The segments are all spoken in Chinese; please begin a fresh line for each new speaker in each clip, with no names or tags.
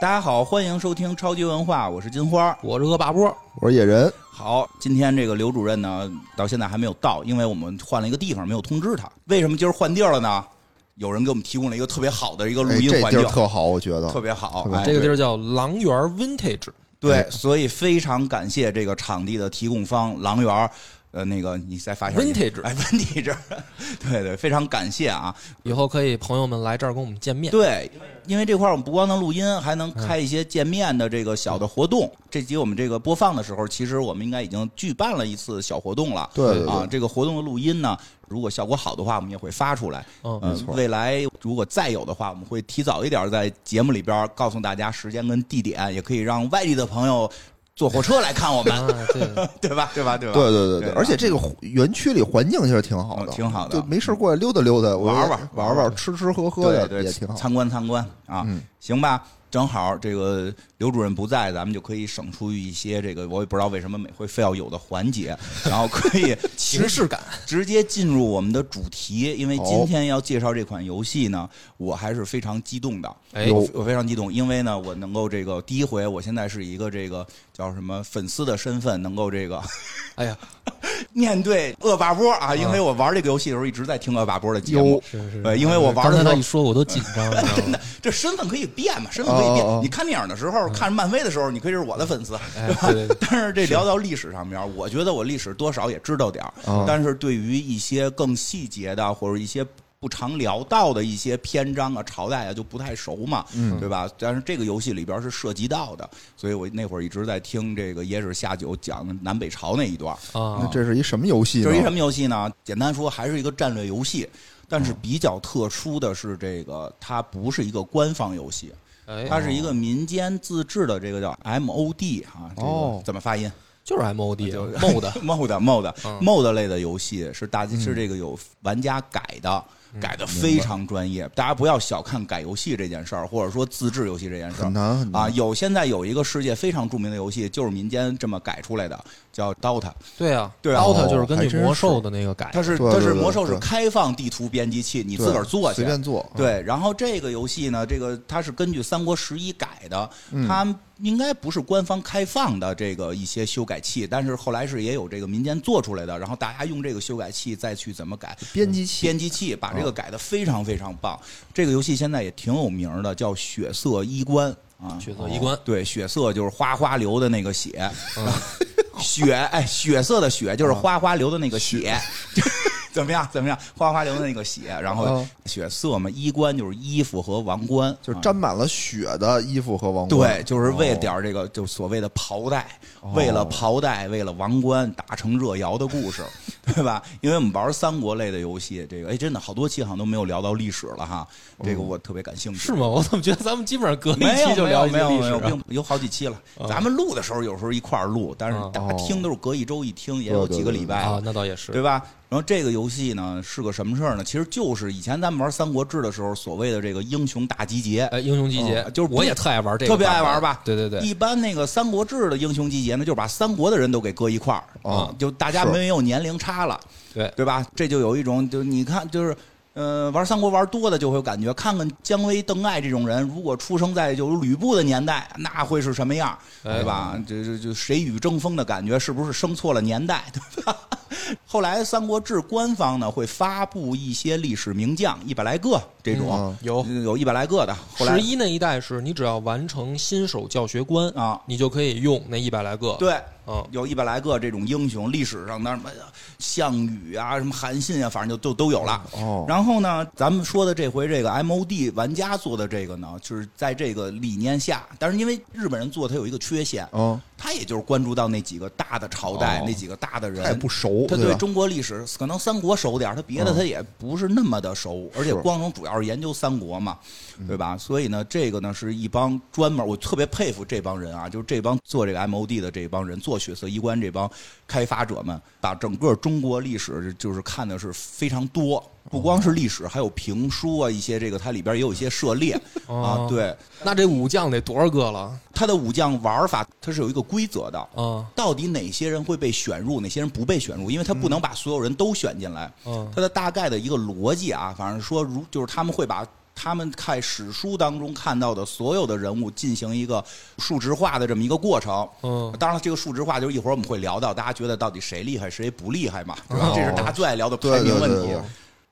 大家好，欢迎收听超级文化，我是金花。
我是恶霸波，
我是野人，
好，今天这个刘主任呢，到现在还没有到，因为我们换了一个地方，没有通知他。为什么今儿换地儿了呢？有人给我们提供了一个特别好的一个录
哎，
音
这
环
地
境，
儿特好，我觉
特
得。
别好
特。别
哎
好
这个地儿叫狼园 Vintage，
对，所以非常感谢这个场地的提供方狼园儿。呃，那个你再发一下
Vintage
哎，Vintage，对 对，非常感谢啊。
以后可以朋友们来这儿跟我们见面。
对，因为这块儿我们不光能录音，还能开一些见面的这个小的活动。这集我们这个播放的时候，其实我们应该已经举办了一次小活动了。
对对对
啊，这个活动的录音呢，如果效果好的话，我们也会发出来。
嗯
呃
没错
未来如果再有的话，我们会提早一点在节目里边告诉大家时间跟地点，也可以让外地的朋友坐火车来看我 们，
啊， 对，
对吧？对吧？对吧？
对对对
对
对，
吧
而且这个园区里环境其实挺好的，
啊嗯挺好的
就没事过来溜达溜达，我
玩玩
玩玩，吃吃喝喝
对
的
对，
也挺好。
参观参观啊，
嗯
行吧。正好这个刘主任不在，咱们就可以省出一些这个我也不知道为什么每回非要有的环节，然后可以其实
形式感，
直接进入我们的主题，因为
好
今天要介绍这款游戏呢，我还是非常激动的。
哎
我我非常激动，因为呢，我能够这个第一回，我现在是一个这个叫什么粉丝的身份，能够这个
哎呀，
面对恶霸波啊，因为我玩这个游戏的时候一直在听恶霸波的节目
有，
是是是，
对，因为我玩的
刚才
时
他
候
一说我都紧张，你 知道吗？
这身份可以变嘛？身份可以
哦哦哦嗯
变。你看电影的时候，看漫威的时候，你可以是我的粉丝， 对
哎对对
吧？但是这聊到历史上面，我觉得我历史多少也知道点儿
哦，
但是对于一些更细节的或者一些。不常聊到的一些篇章啊、朝代啊，就不太熟嘛，
嗯
对吧？但是这个游戏里边是涉及到的，所以我那会儿一直在听这个野史下酒讲南北朝那一段，
那
啊，
这是一什么游戏呢？
这是一什么游戏呢？简单说，还是一个战略游戏，但
嗯
是比较特殊的是，这个它不是一个官方游戏，它
哎，
是一个民间自制的，这个叫 MOD 啊，这
哦
个怎么发音
就是
啊
MOD MOD，
？MOD MOD MOD 类的游戏是大
嗯
家是这个有玩家改的。改的非常专业，大家不要小看改游戏这件事儿，或者说自制游戏这件事儿
很难很难
啊。有现在有一个世界非常著名的游戏，就是民间这么改出来的，叫 DOTA。
对啊，
对啊
DOTA 就是根
还
据
真
魔
是
兽的那个改，
它是
对
它是
对对
魔兽是
对
开放地图编辑器，你
对
自个儿做去
随。便啊做。
对，然后这个游戏呢，这个它是根据《三国十一》改的，
嗯
它应该不是官方开放的这个一些修改器，但是后来是也有这个民间做出来的，然后大家用这个修改器再去怎么改
编辑
嗯
器
编辑器，把这个改的非常非常棒。这个游戏现在也挺有名儿的，叫《血色衣冠》啊，
血色衣冠，
对，血色就是哗哗流的那个血，
嗯
血哎，血色的血就是哗哗流的那个 血，怎么样？怎么样？哗哗流的那个血，然后
嗯
血色嘛，衣冠就是衣服和王冠，
就是
啊
沾满了血的衣服和王冠。哦
对，就是为点儿这个，就所谓的袍带，为了袍带，为了王冠，打成热窑的故事， 对吧？因为我们玩三国类的游戏，这个哎，真的好多期好像都没有聊到历史了哈，这
哦
个我特别感兴趣。
是吗？ 我怎么觉得咱们基本上 隔一
没有
期就聊一
没
些
有
历
没
史
有，
啊？
并有好几期了。咱们录的时候有时候一块儿录，但是
嗯
大听都是隔一周一听，也
哦对
有
对
几个
对
礼拜
啊
了，，
那倒也是，
对吧？然后这个游戏呢是个什么事儿呢？其实就是以前咱们玩《三国志》的时候，所谓的这个英雄大集结，
哎，英雄集结，
嗯就是不
我也特爱玩这个，
特别爱玩吧？
对对对，
一般那个《三国志》的英雄集结呢，就是把三国的人都给搁一块儿，嗯
哦
就大家
是
没有年龄差了，
啊对
对吧？这就有一种，就是你看，就是。呃，玩三国玩多的就会有感觉，看看姜维、邓艾这种人，如果出生在就是吕布的年代，那会是什么样，
哎
对吧？这这这谁与争锋的感觉，是不是生错了年代，对吧？ 后来《三国志》官方呢会发布一些历史名将，一百来个这种
嗯，
有
有一百来个的。后来
十一那一代是你只要完成新手教学关
啊
你就可以用那一百来个。，
对，
嗯，
有一百来个这种英雄，历史上的什么项羽啊、什么韩信啊，反正就就都有了。
哦，
然后呢，咱们说的这回这个 MOD 玩家做的这个呢，就是在这个理念下，但是因为日本人做它有一个缺陷，
嗯，
他也就是关注到那几个大的朝代、
哦
那几个大的人，
太不熟，
他
对吧
中国历史可能三国熟点儿，他别的
嗯
他也不是那么的熟，而且
是嗯
光荣主要是研究三国嘛，对吧？所以呢，这个呢是一帮专门，我特别佩服这帮人啊，就是这帮做这个 MOD 的这帮人，做血色衣冠这帮开发者们，把整个中国历史就是看的是非常多。不光是历史，还有评书啊，一些这个它里边也有一些涉猎、
哦
啊。对，
那这武将得多少个了？
它的武将玩法它是有一个规则的，
嗯
到底哪些人会被选入，哪些人不被选入，因为他
嗯
不能把所有人都选进来。
嗯
他的大概的一个逻辑啊，反正说如就是他们会把。他们看史书当中看到的所有的人物进行一个数值化的这么一个过程。
嗯，
当然，这个数值化就是一会儿我们会聊到，大家觉得到底谁厉害谁不厉害嘛，对吧？
哦
这是大家最爱聊的排
对
名
对
问
对
题。
对，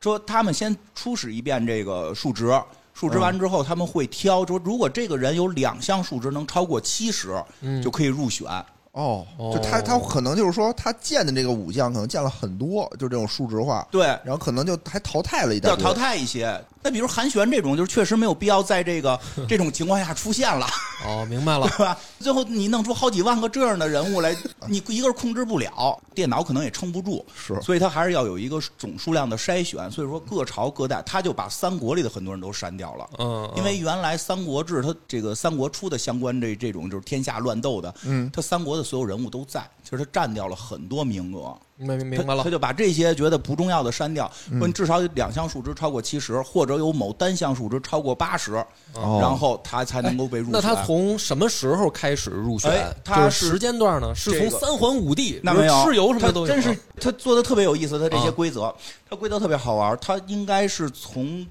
说他们先初始一遍这个数值，数值完之后他们会挑，说如果这个人有两项数值能超过七十，
嗯
就可以入选。
哦，
哦
就他他可能就是说他建的这个武将可能建了很多，就这种数值化，
对，
然后可能就还淘汰了一大
要
堆，
淘汰一些。那比如韩玄这种，就是确实没有必要在这个这种情况下出现了，
哦，明白了，
对吧？最后你弄出好几万个这样的人物来，你一个人控制不了，电脑可能也撑不住。
是
所以他还是要有一个总数量的筛选。所以说各朝各代，他就把三国里的很多人都删掉了。
嗯，
因为原来《三国志》它这个三国出的相关这这种就是天下乱斗的，
嗯，
它三国的所有人物都在，其实它占掉了很多名额，
嗯明
它
明白了
他，就把这些觉得不重要的删掉，问至少有两项数值超过七十，或者有某单项数值超过八十，
哦
然后他才能够被入选。
哎那他从什么时候开始入选？
哎他
就是时间段呢？是
这
从
个
三皇五帝、
那没有
蚩尤什么
他
的都有啊，
真是他做的特别有意思，他这些
啊
规则，他规则特别好玩，他应该是从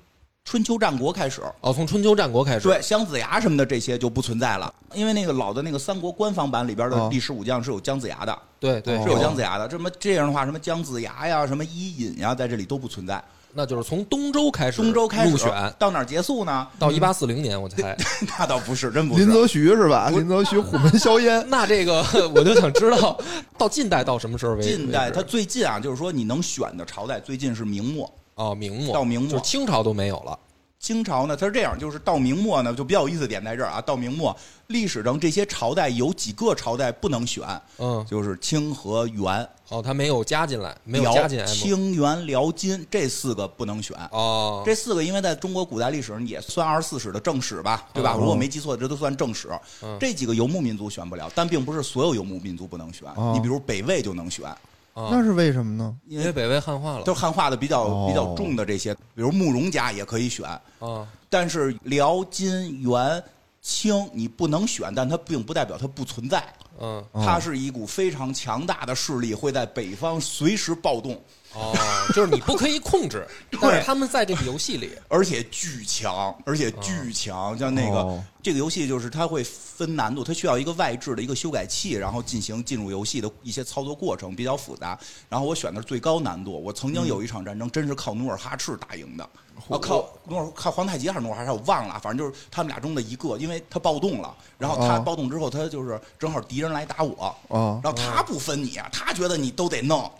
春秋战国开始，
哦，从春秋战国开始，
对，姜子牙什么的这些就不存在了，因为那个老的那个三国官方版里边的
哦
历史武将是有姜子牙的，
对对
哦
是有姜子牙的。这么这样的话，什么姜子牙呀，什么伊尹呀，在这里都不存在。
那就是从东周开始，
中州开始嗯
入选
到哪儿结束呢？
到一八四零年，我猜。
那倒不是，真不是
林。则徐是吧？林则徐虎门硝 烟，
那这个 我就想知道，到近代到什么时候为
近代
为
它
止
最近啊，就是说你能选的朝代，最近是明末。
哦，明末
到明末
就是清朝都没有了。
清朝呢，它是这样，就是到明末呢，就比较有意思的点在这儿啊。到明末，历史上这些朝代有几个朝代不能选，
嗯，
就是清和元、
哦，他没有加进来，没有加
辽、
进 M
清、元、辽、金这四个不能选。
哦，
这四个，因为在中国古代历史上也算二十四史的正史吧，对吧？
嗯
如果没记错，这都算正史
嗯。
这几个游牧民族选不了，但并不是所有游牧民族不能选
哦。
你比如北魏就能选，
啊
那是为什么呢？
因
因为
为
北魏汉化了
都是汉化的比较
哦
比较重的这些，比如慕容家也可以选，
啊，
但是辽、金、元、清你不能选，但它并不代表它不存在。
嗯，
哦
它是一股非常强大的势力，会在北方随时暴动，
哦， 就是你不可以控制，但是他们在这个游戏里，
而且巨强，而且巨强。像那个、
哦
这个游戏，就是它会分难度，它需要一个外置的一个修改器，然后进行进入游戏的一些操作过程比较复杂。然后我选的是最高难度。我曾经有一场战争，真是靠努尔哈赤打赢的，啊，靠努尔靠皇太极还是努尔哈赤，我忘了，反正就是他们俩中的一个，因为他暴动了，然后他
哦
暴动之后，他就是正好敌人来打我，
啊
然，后他不分你，啊他觉得你都得弄，
哦，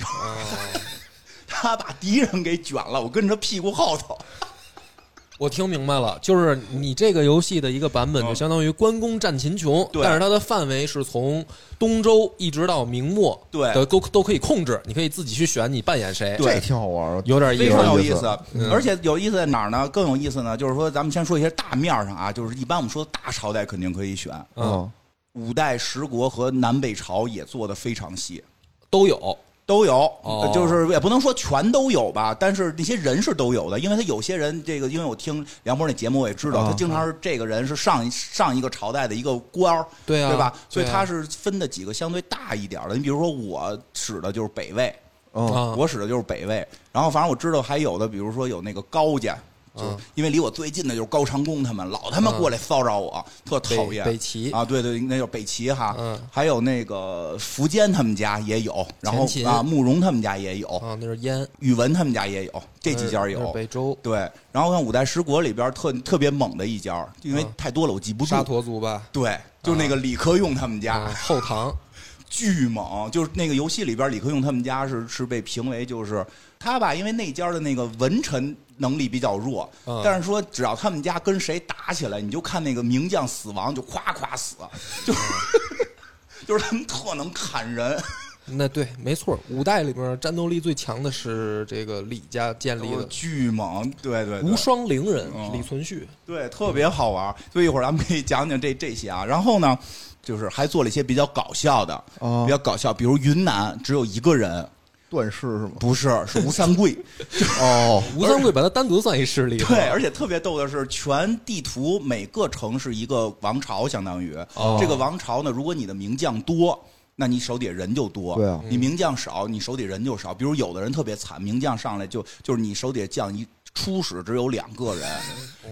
他把敌人给卷了，我跟着他屁股后头。
我听明白了，就是你这个游戏的一个版本，就相当于关公战秦琼，
嗯对
但是它的范围是从东周一直到明末，
对
的都都可以控制，你可以自己去选你扮演谁，
对
这挺好玩儿，啊
有点意
非
思
常有
意
意
思嗯
思，而且有意思在哪儿呢？更有意思呢，就是说咱们先说一些大面儿上啊，就是一般我们说的大朝代肯定可以选，
嗯，
嗯，
五代十国和南北朝也做的非常细，
都有，
都有，
哦
就是也不能说全都有吧，但是那些人是都有的，因为他有些人这个，因为我听梁波那节目我也知道，
啊
他经常是这个人是上一上一个朝代的一个官儿，
对啊
对吧？所以
对啊
他是分的几个相对大一点儿的，你比如说我使的就是北魏，
嗯，
啊，
我使的就是北魏，然后反正我知道还有的，比如说有那个高家，就
嗯
因为离我最近的就是高长恭他们，老他妈过来骚扰我，特讨厌。
北北齐
啊，对对，那叫北齐哈，
嗯
还有那个苻坚他们家也有，然后
前秦
啊，慕容他们家也有，
啊，那是燕，
宇文他们家也有，这几家
那是
有。
嗯北周
对，然后像五代十国里边特特别猛的一家，因为
嗯
太多了我记不住
沙。陀嗯族吧，
对，就那个李克用他们家，
啊，后唐，
巨猛，就是那个游戏里边，李克用他们家是是被评为就是他吧，因为那家的那个文臣能力比较弱，
嗯
但是说只要他们家跟谁打起来，你就看那个名将死亡就夸夸死，就是
嗯
就是他们特能砍人，
那对，没错，五代里边战斗力最强的是这个李家建立的
巨猛，对对对
无，双凌人
嗯
李存旭，
对特别好玩。所以一会儿咱们可以讲讲这 这些啊，然后呢，就是还做了一些比较搞笑的，
哦
比较搞笑，比如云南只有一个人，
段氏是吗？
不是是吴三桂。
哦，
吴三桂把他单独算一势力，
对，而且特别逗的是，全地图每个城是一个王朝，相当于、
哦
这个王朝呢，如果你的名将多。那你手底下人就多，
对啊
你名将少，你手底下人就少。比如有的人特别惨，名将上来就就是你手底下将一初始只有两个 人，
哦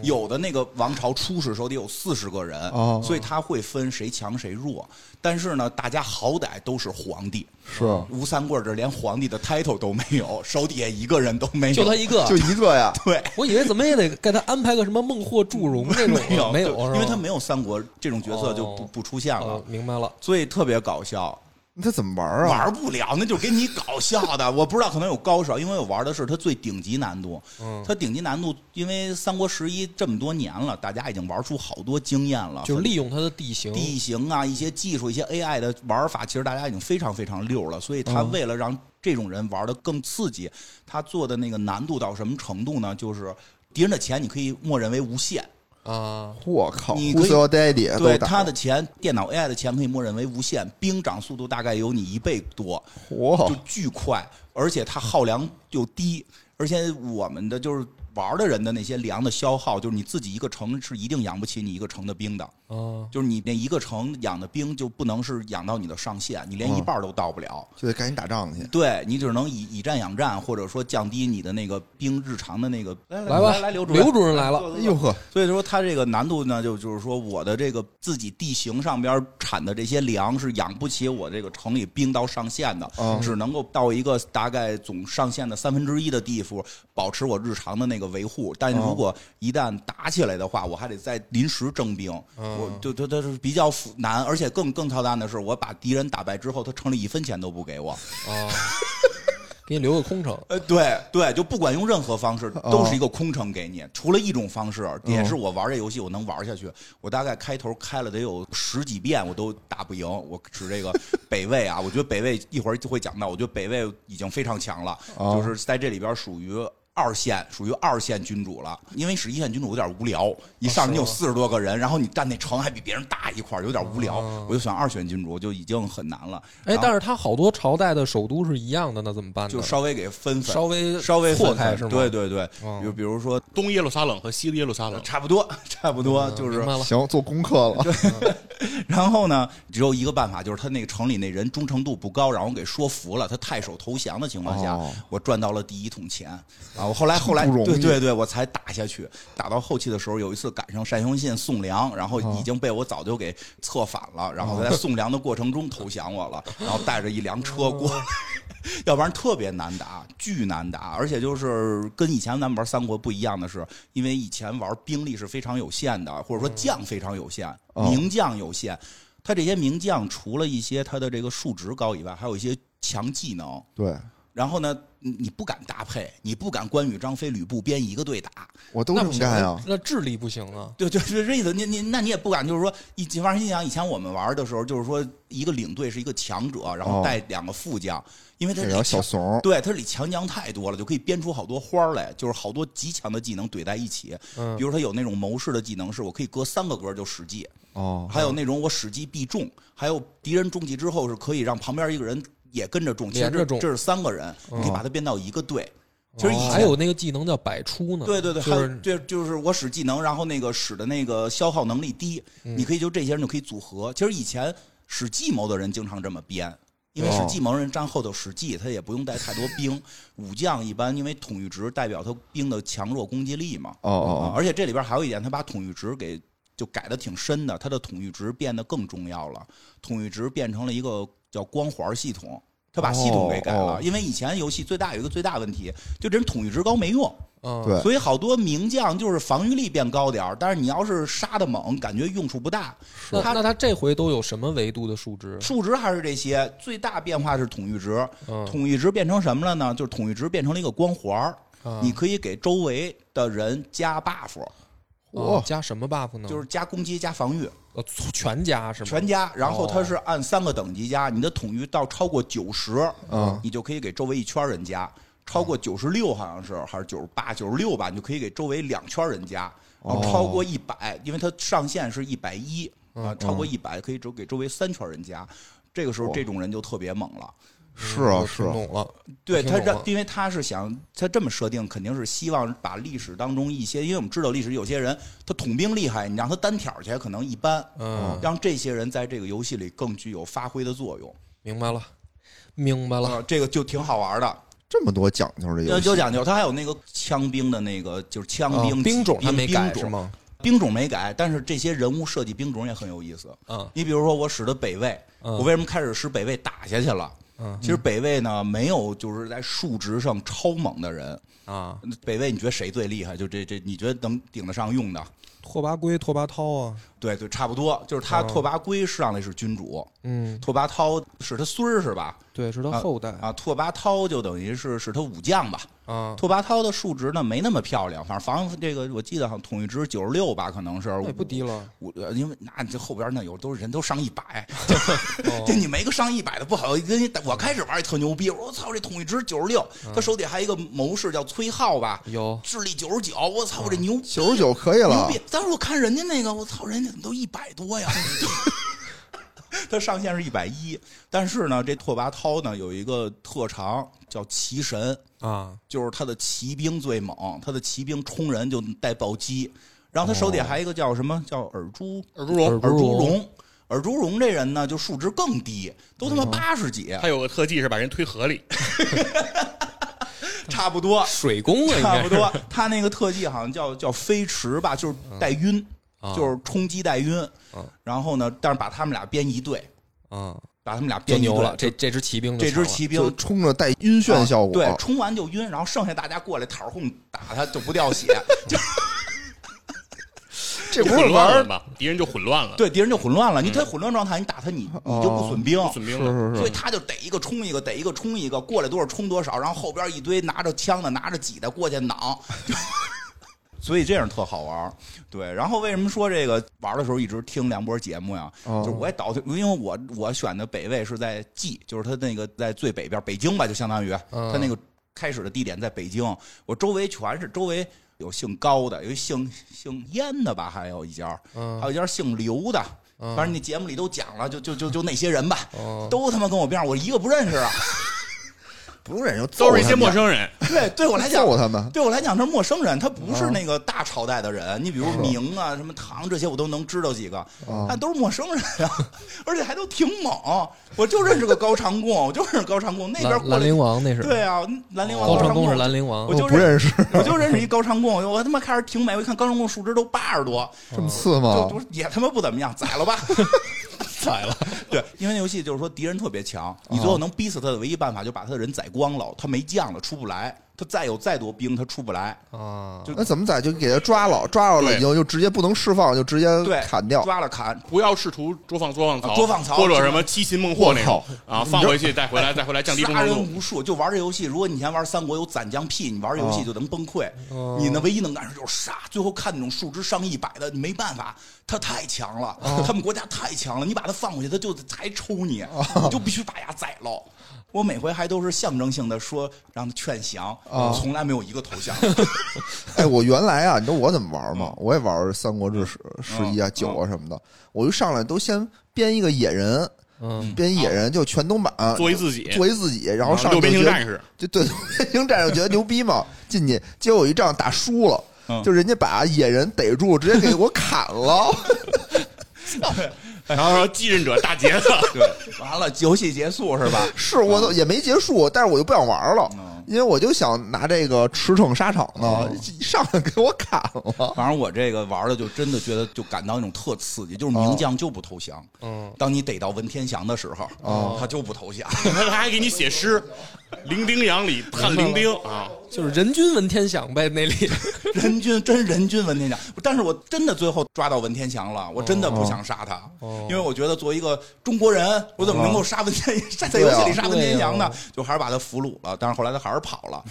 有的那个王朝初始时候得有四十个人，
哦
所以他会分谁强谁弱。但是呢，大家好歹都是皇帝，
是
吴三桂这连皇帝的 title 都没有，手底下一个人都没有，
就他一个
就，一个呀，
对。
我以为怎么也得给他安排个什么孟获 祝融那种的，
没有，
没
对
有，
因为他
没
没啊有三国这种角色就不、
哦
不出现了，
哦，明白了。
所以特别搞笑，
他怎么玩啊？
玩不了，那就给你搞笑的。我不知道可能有高手，因为我玩的是它最顶级难度。
嗯
它顶级难度，因为三国十一这么多年了，大家已经玩出好多经验了，
就是利用它的地形，
啊地形啊，一些技术、一些 AI 的玩法，其实大家已经非常非常溜了。所以
嗯
他为了让这种人玩的更刺激，他做的那个难度到什么程度呢？就是敌人的钱你可以默认为无限，
啊，
我靠
你
，Who's
可以
your daddy？都
对
打
他的钱，电脑 AI 的钱可以默认为无限，兵长速度大概有你一倍多，就
嚯，
巨快，而且它耗粮又低，而且我们的就是玩的人的那些粮的消耗，就是你自己一个城是一定养不起你一个城的兵的，
啊，
就是你那一个城养的兵就不能是养到你的上限，你
哦
连一半都到不了。
就得赶紧打仗去。
对你只能以以战养战，或者说降低你的那个兵日常的那个。来
来吧，
来，刘主
刘主任 来了，
任，
哎呦呵，
所以说它这个难度呢，就就是说我的这个自己地形上边产的这些粮是养不起我这个城里兵到上限的，
嗯
只能够到一个大概总上限的三分之一的地步，保持我日常的那个维护。但如果一旦打起来的话，我还得再临时征兵，
嗯
我就它它是比较复难，而且更更操蛋的是，我把敌人打败之后，他城里一分钱都不给我。
啊，给你留个 空城，
呃，对对，就不管用任何方式，
哦
都是一个空城给你。除了一种方式，也是我玩这游戏我能玩下去。我大概开头开了得有十几遍，我都打不赢。我指 这个北魏啊，我觉得北魏一会儿就会讲到，我觉得北魏已经非常强了，
哦
就是在这里边属于。二线属于二线君主了，因为是一线君主有点无聊，一上你有
哦是吗
四十多个人，然后你占那城还比别人大一块儿，有点无聊。
哦
我就选二选君主就已经很难了，
哎，
然后
但是它好多朝代的首都是一样的，那怎么办呢？
啊就稍微给分分，
稍微
稍微
错
分
开
开
是吗？
对对对，
哦
就比如说，
东耶路撒冷和西耶路撒冷，
差不多， 差不多
嗯，
就是
明。白了
行，做功课了。
然后呢，只有一个办法，就是他那个城里那人忠诚度不高，让我给说服了。他太守投降的情况下
哦，
我赚到了第一桶钱啊！我后 来后来，
不容易
对对对，我才打下去。打到后期的时候，有一次赶上单雄信送粮，然后
哦
已经被我早就给策反了。然后在送粮的过程中投降我了，然后带着一辆车 过来。要不然特别难打，巨难打，而且就是跟以前咱们玩三国不一样的是，因为以前玩兵力是非常有限的，或者说将非常有限，
哦
名将有限。他这些名将除了一些他的这个数值高以外，还有一些强技能。
对，
然后呢，你你不敢搭配，你不敢关羽、张飞、吕布编一个队打，
我都
那
这
不
么
行
干呀。
那智力不行啊，
对，就是这意思。你你那你也不敢，就是说，一反正你想，以前我们玩的时候，就是说一个领队是一个强者，然后
哦
带两个副将，因为他
这
是
叫小
哎
怂，
对，它里强将太多了，就可以编出好多花儿来，就是好多极强的技能怼在一起。
嗯
比如它有那种谋士的技能，是我可以隔三个格就使计；
哦，
还有那种我使计必中，还有敌人中计之后是可以让旁边一个人也跟着中。其实
连着中嗯哦
这是三个人，你可以把它变到一个队。其实以前
还有那个技能叫百出
嗯
呢，
对对对，
就
还有
是
对，就是我使技能，然后那个使的那个消耗能力低，
嗯
你可以就这些人就可以组合。其实以前使计谋的人经常这么编。因
哦
为使计谋人站后头使计，他也不用带太多兵。武将一般因为统御值代表他兵的强弱攻击力嘛。
哦哦
啊
哦
而且这里边还有一点，他把统御值给就改的挺深的，他的统御值变得更重要了。统御值变成了一个叫光环系统，他把系统给改了。
哦哦
因为以前游戏最大有一个最大问题，就这人统御值高没用。
嗯，
对
所以好多名将就是防御力变高点儿，但是你要是杀的猛，感觉用处不大。
那
他
那他这回都有什么维度的数值？
数值还是这些，最大变化是统御值。
嗯
统御值变成什么了呢？就是统御值变成了一个光环儿，
啊
你可以给周围的人加 buff，
哦
嚯，
加什么 buff 呢？
就是加攻击加防御，
呃全加是吗？
全加。然后它是
哦
按三个等级加，你的统御到超过九十，
嗯
你就可以给周围一圈人加。超过九十六好像是还是九十八、九十六吧，你就可以给周围两圈人加。然后
哦
超过一百，因为它上限是一百一
嗯
啊，超过一百可以只给周围三圈人加。这个时候
哇
这种人就特别猛了。
是啊
我
嗯
是
听
啊，
懂了，
对
听
他
懂
让
了，
因为他是想他这么设定，肯定是希望把历史当中一些，因为我们知道历史有些人他统兵厉害，你让他单挑去可能一般，
嗯，
让这些人在这个游戏里更具有发挥的作用呃
明白了，明白了。
啊，这个就挺好玩的。
这么多讲究的游
有
戏，
有讲究，它还有那个枪兵的那个就是枪兵、
啊兵种他没改
兵种
是吗？
兵种没改，但是这些人物设计兵种也很有意思。
嗯
你比如说，我使的北魏，
嗯
我为什么开始使北魏打下去了？
嗯
其实北魏呢，没有就是在数值上超猛的人。
啊，
北魏，你觉得谁最厉害？就这这，你觉得能顶得上用的？
拓跋圭、拓跋焘啊，
对对，差不多，就是他
哦
拓跋圭上来是君主，
嗯，
拓跋焘是他孙儿是吧？
对，是他
啊
后代
啊，拓跋焘就等于是是他武将吧。
啊，
拓跋焘的数值呢没那么漂亮，反正防这个我记得好像统一值九十六吧，可能是
那也不低了。
我呃因为那这后边那有都是人都上一百，
哦
这你没个上一百的不好。跟你我开始玩也特牛逼，我说我操这统一值九十六，
嗯
他手底下还有一个谋士叫崔浩吧，
有
智力九十九，我操我这牛逼
九十九可以
牛
了
逼。但是我看人家那个，我操人家怎么都一百多呀？ 他上限是一百一，但是呢，这拓跋焘呢有一个特长叫骑神，
啊，
就是他的骑兵最猛，他的骑兵冲人就带暴击，然后他手底下还有一个叫什么叫耳珠
耳猪绒
耳
耳
珠
珠
绒。
龙，耳珠龙这人呢就数值更低，都他妈八十几，
嗯他有个特技是把人推河里，
差不多
水工 啊，应
差
该
不
是
多，他那个特技好像叫叫飞驰吧，就是带晕，
啊
就是冲击带晕。
嗯
然后呢，但是把他们俩编一队，
啊，
把他们俩
就
编一
牛
队
了。这这支骑兵就
这
强
支
了
骑兵
就冲着带晕眩效果，
对，冲完就晕，然后剩下大家过来讨哄打他就不掉 血，就
这不是
混乱了
玩
嘛，敌人就混乱了，
对敌人就混乱了。你他混乱状态，你打他你你就不损兵，
哦
损
是
兵了。
是
所以
是，
他就逮一个冲一个，逮一个冲一个，过来多少冲多少，然后后边一堆拿着枪的、拿着戟的过去攮， 所以这样特好玩儿对，然后为什么说这个玩的时候一直听梁波节目呀？
哦
就是我也倒腾，因为我我选的北魏是在冀，就是他那个在最北边，北京吧，就相当于
嗯
他那个开始的地点在北京，我周围全是周围。有姓高的，有一姓姓燕的吧，还有一家，
嗯
还有一家姓刘的，反正那节目里都讲了，就就就就那些人吧，
哦
都他妈跟我边上，我一个不认识 啊。
不用忍就揍
都是一些
他们
陌生人，
对，对我来讲，
揍他们，
对我来讲他是陌生人，他不
嗯
是那个大朝代的人。你比如明啊、什么唐这些，我都能知道几个，
嗯
但都是陌生人啊，而且还都挺猛。我就认识个高长贡，我就认识高长贡那边
兰
过
兰
来
陵。王那是
对啊，兰陵王
高
长
长
贡
恭是兰陵王
我，就
我哦不认识，
我就认识一高长贡，我他妈开始挺美，我一看高长贡数值都八十多，
这么次
就
吗？
就也他妈不怎么样，宰了吧，宰了。 对，因为那游戏就是说敌人特别强，你最后能逼死他的唯一办法就把他的人宰光了，他没将了，出不来。他再有再多兵，他出不来。
啊，
就
那怎么宰就给他抓了，抓着了
对
以后就直接不能释放，就直接
对，
砍掉。
抓了砍。
不要试图捉放捉放
啊
曹，
捉放曹
或者什么七擒孟获那种啊，放回去再回来，再回来降低忠
杀
诚
人
度。
无数，就玩这游戏。如果你以前玩三国有攒将癖，你玩这游戏就能崩溃。
哦
你呢，唯一能干的就是杀。最后看那种数值上一百的，你没办法，他太强了，
哦
他们国家太强了。你把他放回去，他就还抽你，
哦
你就必须把他宰了。我每回还都是象征性的说让他劝降，
哦
从来没有一个投降。
哎，我原来啊，你知道我怎么玩吗？我也玩《三国志史》十一啊、九啊什么的，我就上来都先编一个野人，
嗯
编一野人就全都满，
作为自己，啊
作为自己，然后上
六
去
边
就
形
觉
战
得
士，
就对边形战士觉得牛逼嘛，进去结果一仗打输了。
嗯
就人家把野人逮住，直接给我砍了。
然后说继任者大杰子，
对，完了游戏结束是吧？
是我都也没结束，但是我就不想玩了
嗯，
因为我就想拿这个驰骋沙场呢，一 上来给我砍
哦
了。
反正我这个玩的就真的觉得就感到一种特刺激，就是名将就不投降。
哦嗯，哦
当你逮到文天祥的时候，他就不投降。
他还给你写诗，《零丁洋》里判零丁啊，
就是人均文天祥呗， 那里
人均真人均文天祥，但是我真的最后抓到文天祥了，我真的不想杀他，因为我觉得作为一个中国人，我怎么能够杀文天、在在游戏里杀文天祥呢？就还是把他俘虏了，但是后来他还是跑了。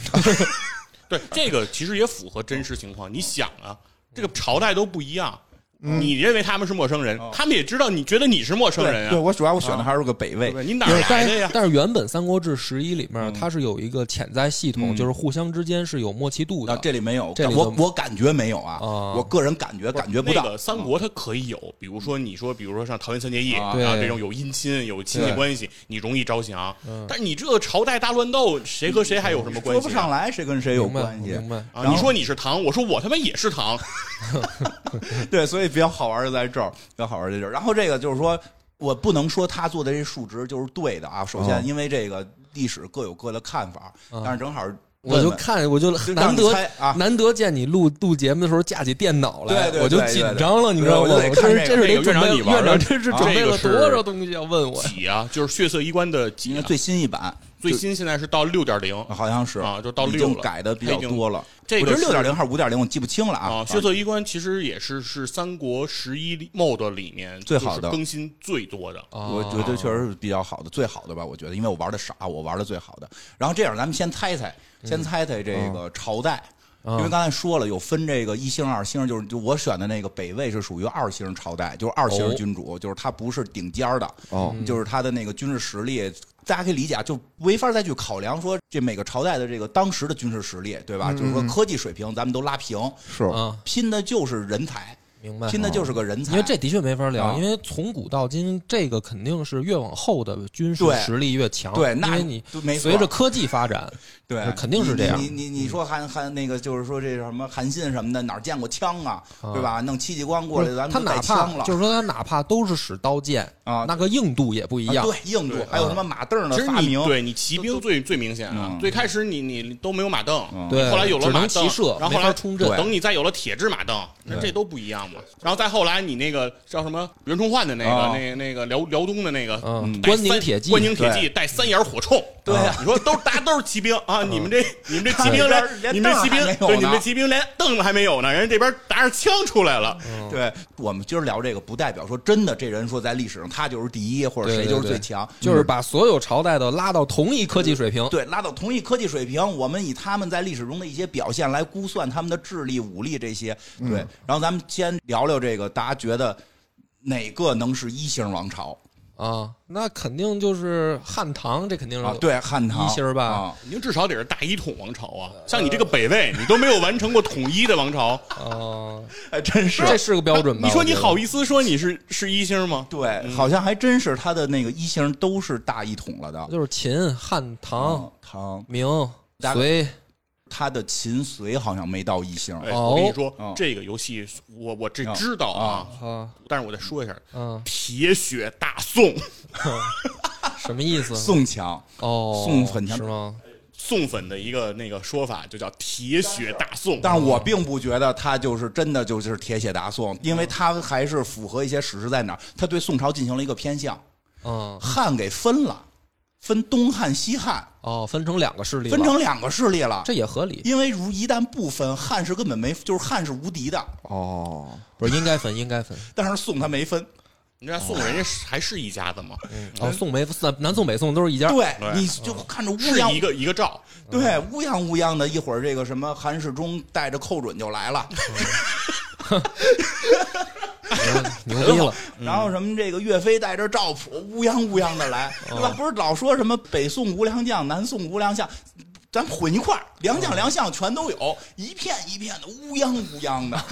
对，这个其实也符合真实情况。你想啊，这个朝代都不一样，你认为他们是陌生人，他们也知道你觉得你是陌生人
对，对
啊，
我主要我选的还是个北
对
魏
不，对？你哪儿来
但
的
是
呀？
但是原本《三国志十一》里
嗯
面它是有一个潜在系统，就是互相之间是有默契度
啊，
的。
嗯这里没有，
这里就
我我感觉没有啊，
啊
我个人感觉感觉不
那
到。嗯
个三国它可以有，比如说你说，比如说像桃园三结义
啊
啊，
对
这种有姻亲、有亲戚
对
关系，你容易招降。啊但是你这个朝代大乱斗，谁和谁还有什么关
说
系
不
啊？
上来谁跟谁有
明白
关系，
明白
啊！你说你是唐，我说我他妈也是唐，
对，所以比较好玩就在这儿，比较好玩就在这儿。然后这个就是说我不能说他做的这数值就是对的啊。首先，因为这个历史各有各的看法，
嗯
但是正好问
我就
问
看，我就
就让
难
你猜
得
啊
难得见你录录节目的时候架起电脑
对对
来，
对
我就紧张了，你知道吗？
对对对
我这
这
是这
个
是得准
这个
备，
院长你
院
玩
长
儿
这是准备了
这个是
多少东西要问 我呀？
几啊，就是血色衣冠的
因
几
为
啊，
最新一版
最新现在是到六点零
好像是
啊就到
已
六
经
了
改的比
它
较
已经
多了。
这个
我
是
是六点零还是五点零，我记不清了啊。
啊，血色衣冠其实也是是三国十一里 MOD 里面
最好的
就是更新最多的。
啊
我觉得确实是比较好的，最好的吧，我觉得，因为我玩的傻，我玩的最好的。然后这样，咱们先猜猜，
嗯
先猜猜这个朝代，因为刚才说了有分这个一星、二星，就是就我选的那个北魏是属于二星朝代，就是二
哦嗯
星君主，就是他不是顶尖儿的，
哦，
就是他的那个军事实力，大家可以理解，啊，就没法再去考量说这每个朝代的这个当时的军事实力，对
嗯
吧？就是说科技水平咱们都拉平，
是
啊，
拼的就是人才，
明白。啊
拼的就是个人才。
因为这的确没法聊，
啊
因为从古到今，这个肯定是越往后的军事
对
实力越强。
对
因
那
为你
都没错
随着科技发展，
对
那，肯定是这样
你你你你说韩韩那个就是说这什么韩信什么的，哪儿见过枪啊？对吧？弄戚继光过来，咱们
他
就
哪
带枪
怕
了。
就是说他哪怕都是使刀剑
啊
那个硬度也不一
啊
样。
对硬度，还有什么马凳的
其实
发
你
明，
对你骑兵最最明显啊
嗯，
最开始你你都没有马凳，
对
后来有了
只能
马
骑
凳
射，
然后
没
后
法
来
冲阵。
等你再有了铁制马凳，那这都不一样嘛。然后再后来你那个叫什么袁崇焕的那个、
哦
那那个辽辽东的那个。
嗯，
带
关
三
宁铁骑，
关宁铁骑带三眼火铳，
对啊
你说都大家都是骑兵啊，你们这
嗯
你们这骑兵
看着
连
连
你们这骑兵
凳儿还没有
对你们
呢
这骑兵连凳子还没有呢，人家这边拿着枪出来了，
对，我们今儿聊这个，不代表说真的，这人说在历史上他就是第一，或者
对
谁
对
就是
对
最强，嗯
就是把所有朝代的拉到同一科技水平。
对，拉到同一科技水平，我们以他们在历史中的一些表现来估算他们的智力、武力这些。对，
嗯
然后咱们先聊聊这个，大家觉得哪个能是一星王朝
啊，那肯定就是汉唐，这肯定是
啊？对，汉唐
嗯一星儿吧
啊
您至少得是大一统王朝啊。
呃
像你这个北魏，你都没有完成过统一的王朝，
啊，
哎，真 是
这是个标准吧？
你说
我觉
你
得
好意思说你是是一星吗？
对，好像还真是他的那个一星都是大一统了的。
就是秦、汉、唐
哦
嗯、唐，
明、
大概
隋，
他的秦隋好像没到一星。
哎，
哦
我跟你说
哦，
这个游戏我我这知道啊，
啊
但是我再说一下，
啊，
铁血大宋，
什么意思？
宋强，
哦，
宋很强
是吗？
宋粉的一个那个说法就叫铁血大宋。
但是我并不觉得他就是真的就是铁血大宋，因为他还是符合一些史实在哪儿，他对宋朝进行了一个偏向，
嗯，
汉给分了，分东汉西汉，
哦，分成两个势力了，
分成两个势力了。
这也合理，
因为如一旦不分，汉是根本没，就是汉是无敌的，
哦，
不是应该分，应该分。
但是宋他没分。
人家宋人家是还是一家子嘛，
嗯
哦，宋北南宋北宋都是一家，
对，
对
你就看着乌
哎是
泱
一个一个赵。
对，乌泱乌泱的，一会儿这个什么韩世忠带着寇准就来了，
牛逼了。
然后什么这个岳飞带着赵普乌泱乌泱的来，对吧？不是老说什么北宋无良将，南宋无良相，咱混一块儿，良将良相全都有，一片一片的乌泱乌泱的，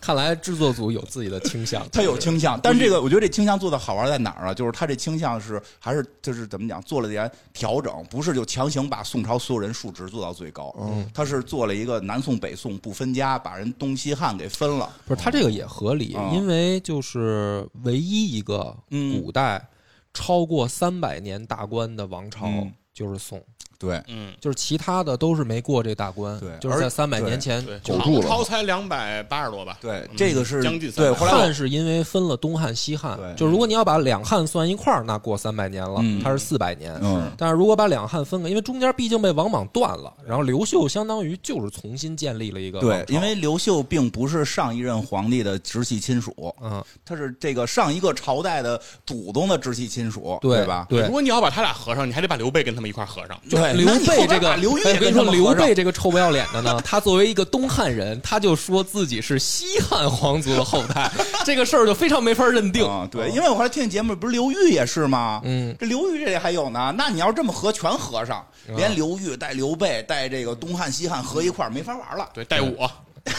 看来制作组有自己的倾向，
他有倾向，但这个我觉得这倾向做的好玩在哪儿啊？就是他这倾向是还是就是怎么讲，做了点调整，不是就强行把宋朝所有人数值做到最高，嗯，他是做了一个南宋北宋不分家，把人东西汉给分了。
不是他这个也合理，
啊
因为就是唯一一个
嗯
古代超过三百年大关的王朝
嗯
就是宋，
对，
嗯，
就是其他的都是没过这大关，
对
就是在
而
三百年前。
对，
苟住了
唐朝才两百八十多吧？
对
嗯
这个是
将近300
对后来我
汉是因为分了东汉西汉
对，
就是如果你要把两汉算一块儿，那过三百年了
嗯，
它是四百年。
嗯
但是如果把两汉分开，因为中间毕竟被王莽断了，然后刘秀相当于就是重新建立了一个
对
王，朝
因为刘秀并不是上一任皇帝的直系亲属，
嗯，
他是这个上一个朝代的祖宗的直系亲属，
对
吧？
对
如果你要把他俩合上，你还得把刘备跟他们一块儿合上。
对，
刘
那你
备
后边
这个，
把刘裕
哎
也
我
跟
跟你说，
他们
刘
合上
备这个臭不要脸的呢，他作为一个东汉人，他就说自己是西汉皇族的后代，这个事儿就非常没法认定。
啊，
哦
对，因为我后来听你节目，不是刘裕也是吗？
嗯，
这刘裕这里还有呢，那你要这么合，全合上，连刘裕带刘备带这个东汉西汉合一块儿，没法玩了。
对，带我
对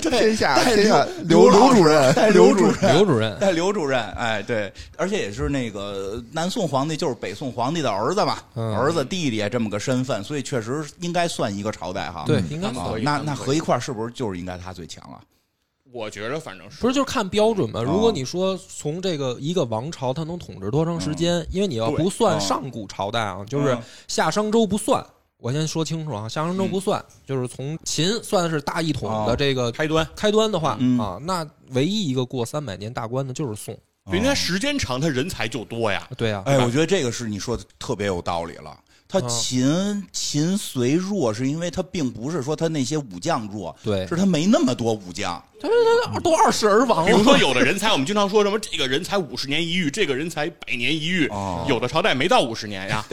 天，下
带
天下
刘
刘
老
刘
师
主任，
带
刘
刘主
任，
任，
刘主 任，
带刘主任，哎，对，而且也是那个南宋皇帝，就是北宋皇帝的儿子嘛，
嗯
儿子弟弟这么个身份，所以确实应该算一个朝代哈。
对，
嗯
应该
嗯
算
啊
可以
那
嗯
那
可以
合一块儿是不是就是应该他最强啊？
我觉得反正是
不是就是看标准嘛？如
哦
果你说从这个一个王朝它能统治多长时间，因为你要
嗯对
不算
嗯
上古朝代啊，就是
嗯
夏商周不算。我先说清楚啊，夏商周不算，就是从秦算是大一统的
哦
这个
开端，
开端的话、
嗯
啊，那唯一一个过三百年大关的就是宋。
对因为它时间长，它人才就多呀。
对啊，
哎，我觉得这个是你说的特别有道理了。他
嗯
秦秦隋弱，是因为他并不是说他那些武将弱，
对
是他没那么多武将。
他们他都二世而
哦
亡
比如说，
了。
有的人才，我们经常说什么这个人才五十年一遇，这个人才百年一遇
哦，
有的朝代没到五十 年呀，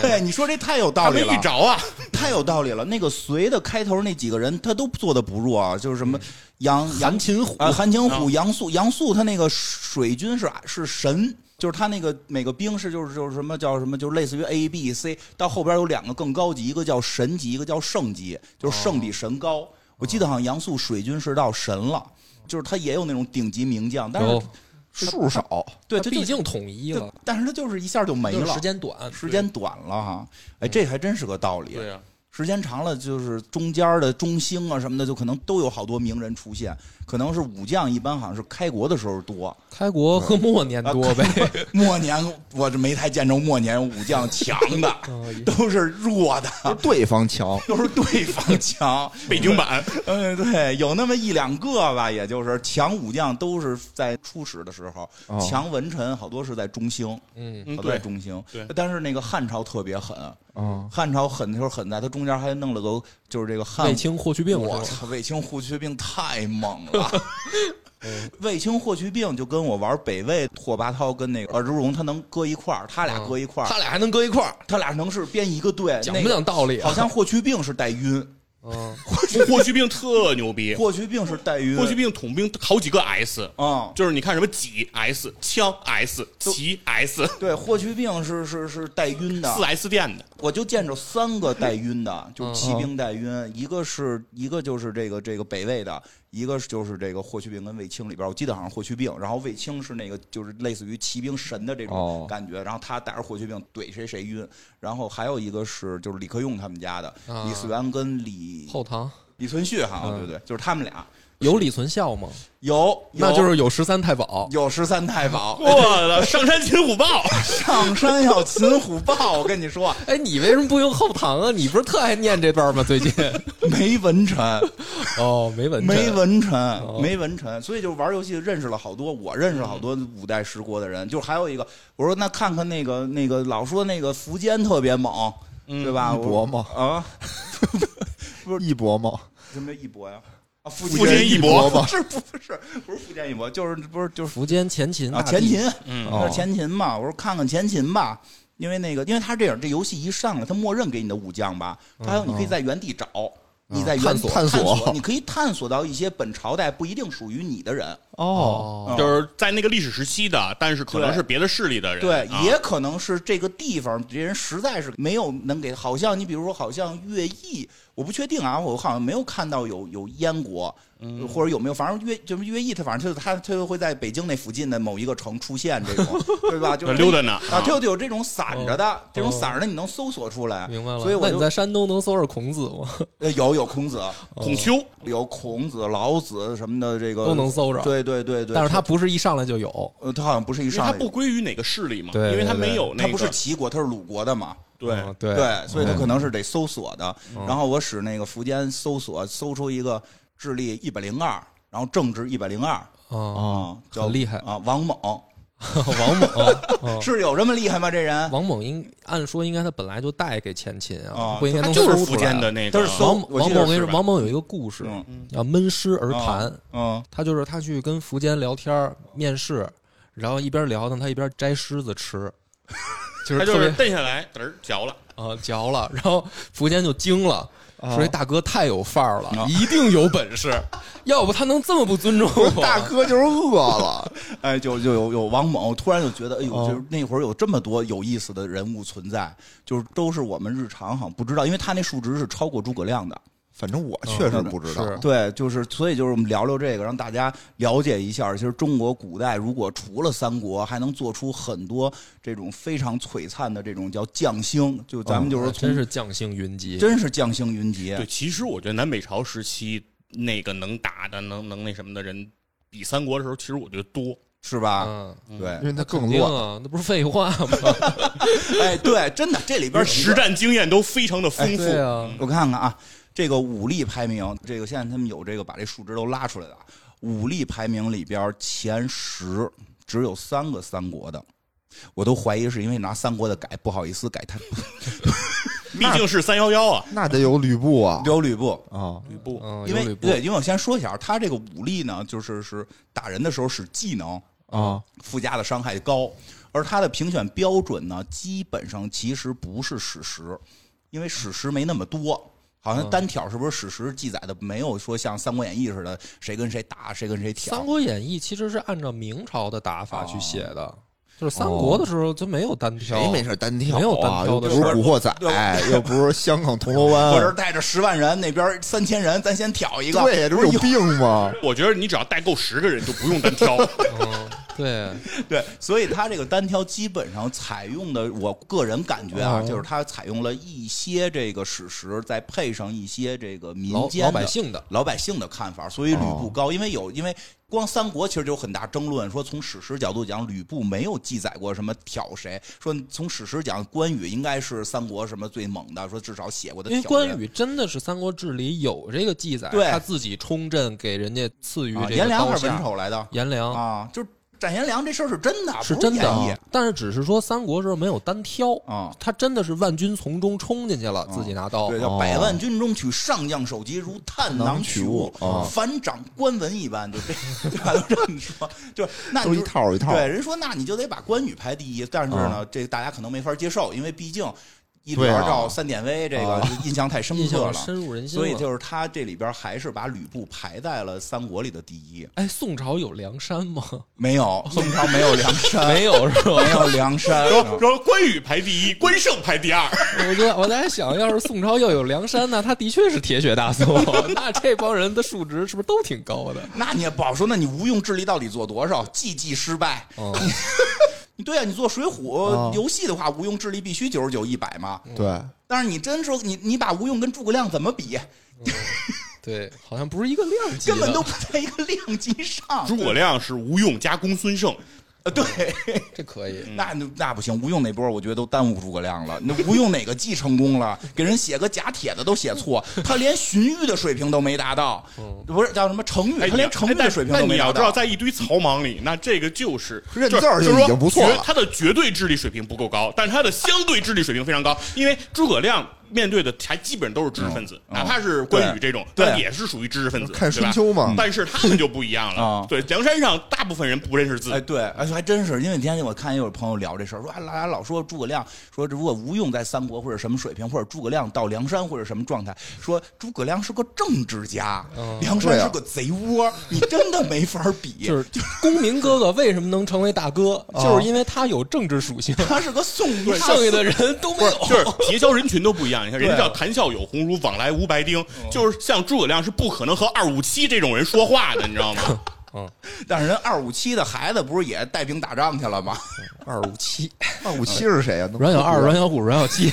对，你说这太有道
他
理
没
了
遇，着啊。
太有道理了。那个隋的开头那几个人，他都做的不弱啊，就是什么杨杨
嗯韩擒虎
啊，韩擒虎、
啊
杨素，杨素他那个水军是啊是神，就是他那个每个兵是就是就是什么叫什么，就是类似于 A B C，到后边有两个更高级，一个叫神级，一个叫圣级，就是圣
哦
比神高。我记得好像杨素水军是到神了，就是他也有那种顶级名将，但是
有，
数少，
对
他
他就
毕竟统一
对
了，，
但是他就是一下就没
就是
了，
时间嗯短，
时间短了哈。哎，这还真是个道理。啊
对呀，
时间长了，就是中间的中兴啊什么的，就可能都有好多名人出现。可能是武将，一般好像是开国的时候多，
开国
嗯
和末年多呗。
啊 末年我这没太见着末年武将强的， 都是弱的，
就对方强。
都是对方强。
北京版
嗯，对，有那么一两个吧，也就是强武将都是在初始的时候，
哦
强文臣好多是在中兴，
嗯，
嗯
好多在
对，
中兴。
对
但是那个汉朝特别狠，
嗯，
汉朝狠的时候狠在，他中间还弄了个就是这个汉
卫青霍去病
我操，卫青霍去病太猛了。 卫青霍去病就跟我玩北魏拓跋焘跟那个尔朱荣，他能搁一块儿，他俩搁一块儿，
嗯他俩还能搁一块儿，
他俩能是编一个队，
讲
那
不
个
讲道理啊？
好像霍去病是带晕，
嗯，
霍去病特牛逼，
霍去病是带晕，
霍去病统兵好几个 S，
啊、
就是你看什么戟 S、枪 S、旗 S、
对，霍去病是是是带晕的啊
四，S 店 的，
我就见着三个带晕的， 就是
嗯
骑兵带晕，一个是一个就是这个这个北魏的，一个就是这个霍去病跟卫青里边，我记得好像霍去病，然后卫青是那个就是类似于骑兵神的这
哦
种感觉，然后他带着霍去病怼谁谁晕，然后还有一个是就是李克用他们家的、
啊
李嗣源跟李
后唐
李存勖哈，
嗯
对对，就是他们俩
有李存孝吗？
有，
那
有
就是有十三太保。
有十三太保，
我了，上山擒虎豹，
上山要擒虎豹，我跟你说，
哎，你为什么不用后唐啊？你不是特爱念这段吗？最近
没文臣。
哦，没文
没文臣，
哦
没文臣，所以就玩游戏认识了好多，我认识了好多
嗯
五代十国的人。就还有一个，我说那看看那个那个老说那个苻坚特别猛，
嗯
对吧？
一博
我
吗？
啊，
啊一博吗？
什么一博呀？啊，苻
苻坚一博
不 是不是不是苻坚一博，就是不是就是
苻坚前秦
啊
大帝
前秦，
嗯
那是前秦嘛。我说看看前秦吧。因为那个，因为他这样，这游戏一上来，他默认给你的武将吧，
嗯
还有你可以在原地找，你在原
探索
探
探索
你可以探索到一些本朝代不一定属于你的人，
哦，
哦，
嗯
就是在那个历史时期的，但是可能
对
是别的势力的人，
对，
啊
也可能是这个地方这人实在是没有能给，好像你比如说，好像乐毅，我不确定啊，我好像没有看到有有燕国，或者有没有，反正乐就是乐毅，他反正他他他就会在北京那附近的某一个城出现这种，对吧？就
那
是
溜达呢
啊，他就有这种散着的，这种
哦
散着的你能搜索出来，
明白了。
所以我
那你
就
在山东能搜着孔子吗？
呃有有孔子，
孔丘，
有孔子、老子什么的，这个
都能搜着
对对对对，
但是他不是一上来就有。
呃他好像不是一
因为他
上来
不归于哪个势力嘛，
对
因为他
对对
没有那
他
个，
不是齐国，他是鲁国的嘛。
对，
嗯对
对，所以他可能是得搜索的。然后我使那个苻坚搜索，搜出一个智力一百零二，然后政治一百零二
啊，
啊，叫
很厉害
啊，王猛
王 猛，
是有这么厉害吗？这人
王猛应按说应该他本来就带给前秦啊
啊，
不应该
他
能
就是
搜出
苻
来
坚的。那个，
他是搜
王
我
王
记得
猛，我跟你说，
是吧
王猛有一个故事
嗯
啊，闷诗而
啊
谈。
嗯
他就是他去跟苻坚聊天儿面试，然后一边聊呢，他一边摘狮子吃，就
他
是
就
特别
是蹬下来，嘚儿嚼了，
啊嚼了，然后苻坚就惊了。说这大哥太有范儿了
啊，
一定有本事，要不他能这么不尊重我？
大哥就是饿了，
哎，就就有有王猛，我突然就觉得，哎呦，
哦
就是那会儿有这么多有意思的人物存在，就是都是我们日常好像不知道，因为他那数值是超过诸葛亮的。
反正我确实不知道。
是
对，就是所以就是我们聊聊这个，让大家了解一下，其实中国古代如果除了三国，还能做出很多这种非常璀璨的这种叫匠星，
哎
就咱们就是说从、
哦真是将星云集，
真是匠星云集
对，。其实我觉得南北朝时期那个能打的、能能那什么的人，比三国的时候，其实我觉得多。
是吧？
嗯，
对
因，为它更
肯定
乱。
啊，那不是废话吗？
哎，对，真的，这里边几
实
个
战经验都非常的丰富，
对啊，
我看看啊，这个武力排名，这个现在他们有这个把这数值都拉出来的啊。武力排名里边前十只有三个三国的，我都怀疑是因为拿三国的改，不好意思改 他
毕竟是三幺幺啊，
那得有吕布啊
有吕布，
啊！
吕布
嗯，
因
有
为
吕布
对，因为我先说一下啊，他这个武力呢，就是是打人的时候使技能
啊，
附加的伤害高，而他的评选标准呢，基本上其实不是史实，因为史实没那么多。好
嗯
像单挑是不是史实记载的没有说像《三国演义》似的，谁跟谁打，谁跟谁
《
挑？哦
三国演义》其实是按照明朝的打法去写的，就是三国的时候就没有单挑，
谁没事单挑啊？
没有单挑的
又不是
事
古惑仔，又不是香港铜锣湾，
或者带着十万人，那边三千人，咱先挑一个。
对，这不是有病吗？
我觉得你只要带够十个人就不用 单挑，
嗯，对，
对，所以他这个单挑基本上采用的，我个人感觉啊，
哦
就是他采用了一些这个史实，再配上一些这个民
老
间
老
的
百姓哦的，
老百姓的看法，所以吕布高，因为有因为光三国其实就有很大争论，说从史实角度讲，吕布没有记载过什么挑谁，说从史实讲，关羽应该是三国什么最猛的，说至少写过的
因
挑
为
人。
关羽真的是《三国志》里有这个记载，
对
他自己冲阵给人家赐予
啊，
这
颜
个
良
刀
还是文
下，
丑来的
颜良
啊，就是斩颜良这事儿是真的，
是
不
真
演
的
绎
啊，但是只是说三国时候没有单挑，
啊。
他真的是万军从中冲进去了，自己拿刀，啊
对，叫
哦
百万军中取上将首级，如探囊
囊
取
取
物
物哦，
反掌关文一 般，就这，对吧？都这么说，就那
都
你
一
就
套一套。哦
对，人说那你就得把关羽排第一，但是呢，这大家可能没法接受，因为毕竟一
对
连
啊
照三典韦这个
啊
印象太深
印
刻
象
了，
深入人心
所以
了。
就是他这里边还是把吕布排在了三国里的第一。
哎，宋朝有梁 山吗？
没有， 宋朝没有梁山，
没有是吧？
没有梁山。
然后然后关羽排第一，关胜排第二，
我就我在想，要是宋朝要有梁山呢，他的确是铁血大宋， 那这帮人的数值是不是都挺高的？
那你也不好说，那你无用智力到底做多少？季季失败。
哦
嗯，
对 啊，你做水
啊
浒游戏的话，无用智力必须九十九、一百嘛。
对，
但是你真说你你把无用跟诸葛亮怎么比？
对，好像不是一个量级的，
根本都不在一个量级上。
诸葛亮是吴用加公孙胜，
呃对，
这可以。
那那不行，吴用那波我觉得都耽误诸葛亮了。那吴用哪个计成功了？ 给人写个假帖子都写错，他连荀彧的水平都没达到，不是叫什么程昱，
哦哎，
他连程昱
但
的水平都
但
没
你要
达
知道，
到。
在一堆草莽里，那这个就是
认
就
字儿
就
就是已
说
经不错
绝
了
他的绝对智力水平不够高，但是他的相对智力水平非常高，因为诸葛亮面对的还基本都是知识分子，
嗯
哪怕是关羽这种，
对
他也是属于知识分子，
看
对吧
春秋嘛，
但是他们就不一样
啊
了。对，梁山上大部分人不认识字
哎，，对，而且还真是，因为那天我看也有朋友聊这事儿，说啊，大家老说诸葛亮，说如果吴用在三国或者什么水平，或者诸葛亮到梁山或者什么状态，说诸葛亮是个政治家，梁山
对啊
是个贼窝，你真的没法比。
嗯就是公民哥哥为什么能成为大哥，就是因为他有政治属性，
他是个宋一
剩下的人都没有。
就是结交人群都不一样。你看，人家
对啊哦
叫谈笑有鸿儒，往来无白丁，就是像诸葛亮是不可能和二五七这种人说话的，你知道吗？
但是人二五七的孩子不是也带兵打仗去了吗？
二五七，
那武七是谁啊？能
阮小二、
不知
阮
道
小五、阮小七，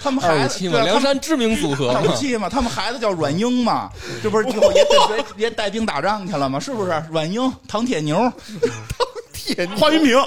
他们
二
孩
五
子
七
啊对
嘛，
啊，
梁山知名组合
他们
嘛
二五。七嘛，他们孩子叫阮英嘛，这不是最后也 也也带兵打仗去了吗？是不是？阮英、唐铁牛，
花云平，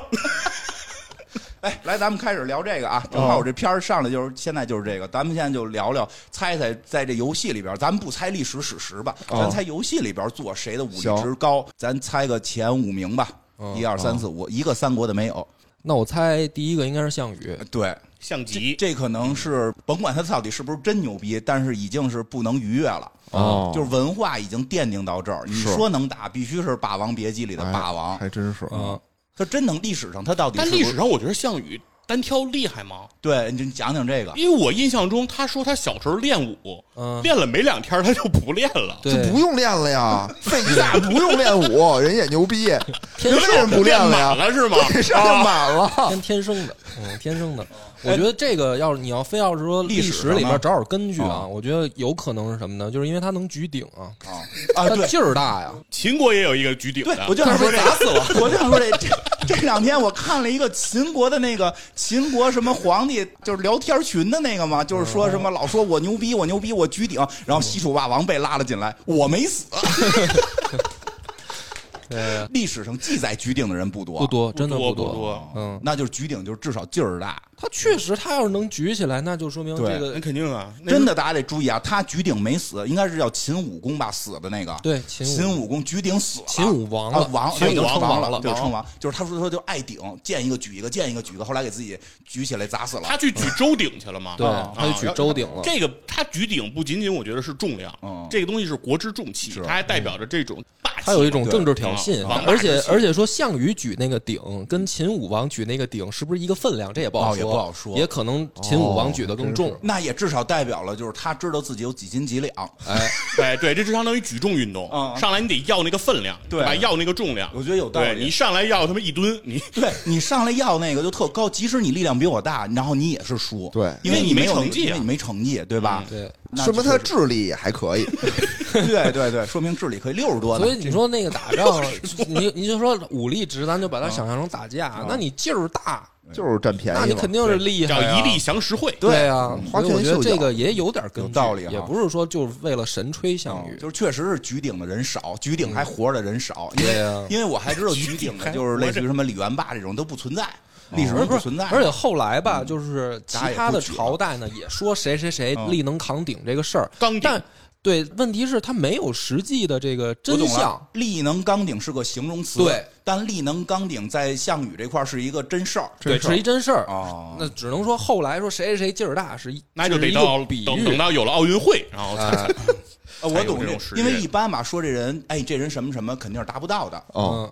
哎，来，咱们开始聊这个啊！正好我这片儿上来就是现在就是这个，咱们现在就聊聊，猜猜在这游戏里边，咱们不猜历史史实吧，
哦
咱猜游戏里边做谁的武力
行
值高，咱猜个前五名吧，一二三四五，一个三国的没有。
那我猜第一个应该是项羽，
对，
项籍
这可能是甭管他到底是不是真牛逼，但是已经是不能逾越了。
哦
就是文化已经奠定到这儿。你
是
说能打，必须是《霸王别姬》里的霸王。
哎还真
啊
是啊
嗯，
他真能历史上，他到底
但
是不
历史上，我觉得项羽单挑厉害吗？
对，你讲讲 这个。
因为我印象中，他说他小时候练武，
嗯
练了没两天他就不练了。
就
对，
不用练 了呀，废话，不用练武，人也牛逼，人为什么不
练
了
满
呀？
了是吗？
这事儿就 满了。
天天生的，嗯，天生的。我觉得这个要是你要非要是说
哎历
历
史
史
上
里
呢
边找找根据啊，
哦
我觉得有可能是什么呢？就是因为他能举鼎啊，
啊啊，
他
对
劲儿大呀。
秦国也有一个举鼎
对
的，，
我就想说这，
但是被打死了
我就想说这这这两天我看了一个秦国的那个秦国什么皇帝，就是聊天群的那个嘛，就是说什么老说我牛逼，我牛逼，我举鼎，然后西楚霸王被拉了进来，我没死。
对，
历史上记载举鼎的人不多，
不多，真的
多不
多。
多，
嗯
那就是举鼎，就是至少劲儿大。
他确实，他要是能举起来，那就说明
对
这
那
个
肯定啊，那
真的，大家得注意啊，他举鼎没死，应该是叫秦武公吧，死的那个。
对秦武
秦武公举鼎死了，
秦武亡
啊
了，
王
秦武
已经
王
称
王
王
了
对，
王
称王就是他说他就爱顶，见一个举一个，见一个举一个，后来给自己举起来砸死了。
他去举周鼎去了嘛？
对
啊，
他就举周鼎了。
这个他举鼎不仅仅我觉得是重量，
嗯
这个东西是国之重器，它还代表着这种霸气。
他有一 种
对啊
政治挑衅啊
嗯王，
而且
霸之气
而且说项羽举那个鼎跟秦武王举那个鼎是不是一个分量？这也不好
哦也
说，
不好说哦
也可能秦武王举的更重。
那也至少代表了，就是他知道自己有几斤几两。
对哎对，这就相当于举重运动
嗯，
上来你得要那个分量，
对
啊要那个重量。
我觉得有道
对
理。
你上来要他妈一吨，你
对你上来要那个就特高，即使你力量比我大，然后你也是输。
对
因为
因为你
没
没
有那
成绩啊
因为你没成绩，对吧？
嗯对，
那
说明他的
确实
智力也还可以。
对对对，说明智力可以六十多呢
所以。你说那个打 仗，你你就说武力值，咱就
啊
把它想象成打架，那你劲儿大，
就是占
哎
便宜
那
嘛，
你肯定是厉害
叫
啊。
一力降十会。
对啊，
嗯
花
所以我
拳
觉得
绣
这
脚
个也有点根
有
据
道理哈哦
也不是说就是为了神吹项羽，
就是确实是举鼎的人少，举鼎还活着的人少，因为、
对啊
因为我还知道举鼎的就是类似于什么李元霸这种都不存在，历史上
不是
存在，
而且后来吧，就是其他的朝代呢，也说谁谁谁
嗯
力能扛鼎这个事儿，
钢鼎
但对，问题是他没有实际的这个
我
真
懂
相
了。。力能刚鼎是个形容词，
对，
但力能刚鼎在项羽这块儿是一个真事儿，
对，是一真事儿
哦
那只能说后来说谁谁谁劲儿大是一，
那就
这是
得
一个
到
比喻。
等等到有了奥运会，然后
啊
才
呃
才
我
有
懂
这
这
种实，力
因为一般吧，说这人，哎，这人什么什么肯定是达不到的，
哦，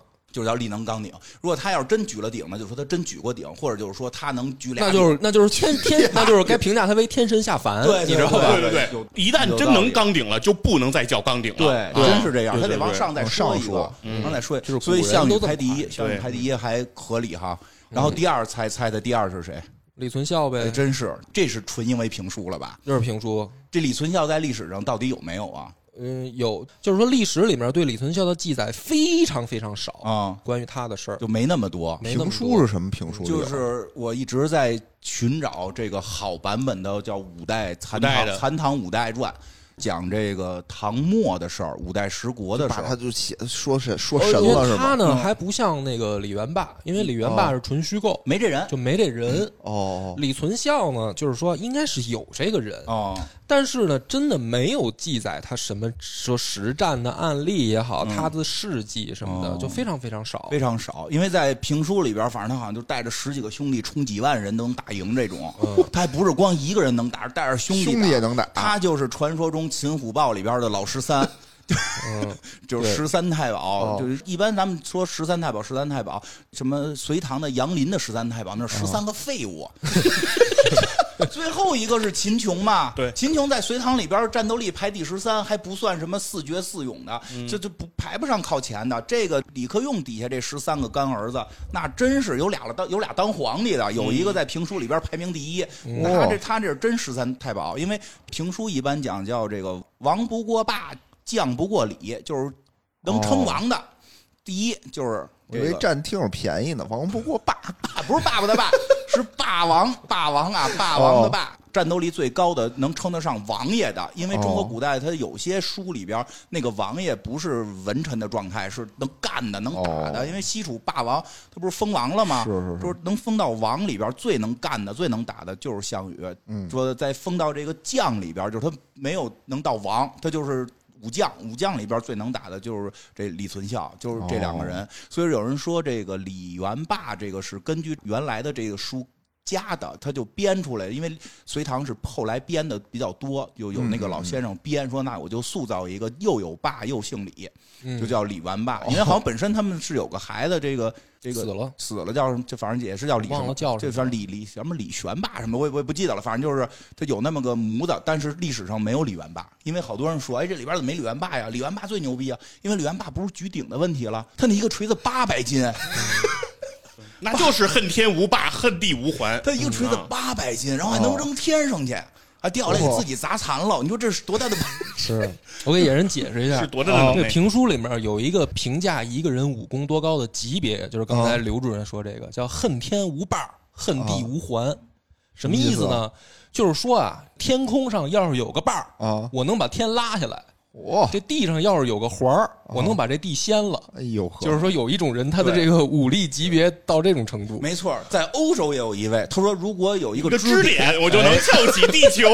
嗯，
就是叫力能刚鼎。如果他要是真举了鼎呢，就说他真举过鼎，或者就是说他能举俩
那
鼎，
就是那就是天 天，那就是该评价他为天神下凡，
对
你知道吧？
对对对
有，
一旦真能钢顶了，就不能再叫钢顶了。
对，
啊
真是这样，
对
他
对
得往上再
往
说
上
一个
说，
往上再说一
这是
个。
古
所以
人
项羽
都这么
排第一，
看
项羽
对
排第一还合理哈。然后第二猜猜的第二是谁？
李存孝
哎，
呗，
真是，这是纯因为评书了吧？
就是评书。
这李存孝在历史上到底有没有啊？
嗯，有，就是说历史里面对李存孝的记载非常非常少
啊
关于他的事儿
就没那么多。
没那么
评
多
书是什么评书？
就是我一直在寻找这个好版本的，叫五代残
五代
唐
的
残唐五代传，讲这个唐末的事儿，五代十国的事
把他
儿。
就写说神说
哦因
神了
为
是
他
吗？哦
嗯
呢还不像那个李元霸，因为李元
哦
霸是纯虚构，
没这人
就没这人。
嗯
哦，
李存孝呢，就是说应该是有这个人，
哦，
但是呢，真的没有记载他什么说实战的案例也好，他的事迹什么的，
嗯哦
就非常非常少。
非常少，因为在评书里边，反正他好像就带着十几个兄弟冲几万人都能打赢这种，
嗯
他还不是光一个人能打，带着兄
兄
打
弟也能打
他就是传说中《秦虎豹》里边的老十三。就是十三太保，
哦
就是一般咱们说十三太保，十三太保，什么隋唐的杨林的十三太保，那是十三个废物。 最后一个是秦琼嘛？
对
秦琼在隋唐里边战斗力排第十三，还不算什么四绝四勇的，这就不排不上靠前的。这个李克用底下这十三个干儿子，那真是有俩了当有俩当皇帝的，有一个在评书里边排名第一，那他这他这是真十三太保，因为评书一般讲叫这个王不过霸，将不过李，就是能称王的，第一就是
我
这
以为
个
占听友便宜呢，王不过霸
啊，不是爸爸的爸，是霸王，霸王啊，霸
哦
王的霸。战斗力最高的，能称得上王爷的，因为中国
哦
古代它有些书里边，那个王爷不是文臣的状态，是能干的、能打的。
哦
因为西楚霸王他不是封王了吗？
是是是
说能封到王里边最能干的、最能打的就是项羽。
嗯
说再封到这个将里边，就是他没有能到王，他就是武将。武将里边最能打的就是这李存孝，就是这两个
哦
人。所以有人说这个李元霸这个是根据原来的这个书。加的，他就编出来，因为隋唐是后来编的比较多，有有那
嗯
个老先生编说，那我就塑造一个又有霸又姓李，
嗯
就叫李元霸，因为好像本身他们是有个孩子，这个这个
哦死了
死了叫什么？这反正也是叫李什么，
忘了叫什么
这反正李李什么李玄霸什么，我也我也不记得了。反正就是他有那么个模子，但是历史上没有李元霸，因为好多人说，哎，这里边怎么没李元霸呀？李元霸最牛逼啊，因为李元霸不是举鼎的问题了，他那一个锤子八百斤，
那就是恨天无霸，恨地无还。
他一个锤子
嗯啊哦
八百斤，然后还能扔天上去。还掉下来给
哦
自己砸残了。你说这是多大 的
是
我给野人解释一下，啊
是多大的
这
能
个
耐？
评书里面有一个评价一个人武功多高的级别，就是刚才刘主任说这个叫“恨天无伴儿，恨地无还”，什么意思
什么
呢？就是说啊，天空上要是有个伴儿，
啊，
我能把天拉下来；
哇，
这地上要是有个环儿，我能把这地掀了。
哦哎呦呵，
就是说，有一种人他的
对
这个武力级别到这种程度，
没错，在欧洲也有一位，他说如果有一
一
个
个支
支点，
点，我就能撑起地球。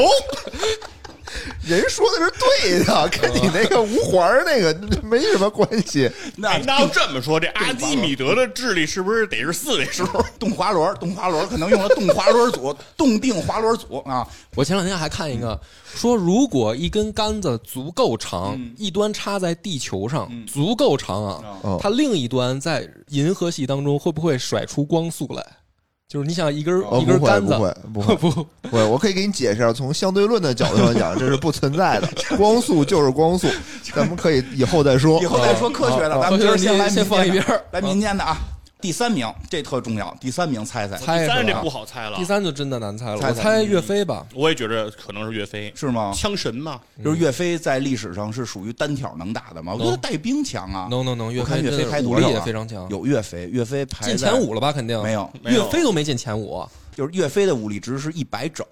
人说的是对的，跟你那
嗯
个无环儿那个没什么关系。
那
哎那要这么说，这阿基米德的智力是不是得是四位数？
动滑轮，动滑轮可能用了动滑轮组、动定滑轮组啊，
我前两天还看一
嗯
个，说如果一根杆子足够长，
嗯
一端插在地球上、足够长啊，
哦
嗯
它另一端在银河系当中会不会甩出光速来？就是你想一根、
哦
一根杆子，
不会 不会
不
我我可以给你解释啊，从相对论的角度上讲，这是不存 在的，光速就是光速，咱们可以以后再说
哦
以。后再说科学的，
啊
咱们今儿先来
科学
民间的
你先放一边儿
来民间的啊。第三名，这特重要。第三名，猜猜
猜
三
是
这
吧
不好猜了
第，三就真的难猜了，
猜
我
猜
猜岳飞吧。
我也觉着可能是岳飞，
是吗？
嗯
枪神嘛。
就是岳飞在历史上是属于单挑能打的吗？我觉得带兵强啊。
能能能，岳
我看
飞
岳飞
真
排
的武
多
力
少
也
啊
非常强，
有岳飞，岳飞排
进
在
前五了吧？肯定
没有，
没有
岳飞都没进 前五，
就是岳飞的武力值是一百整，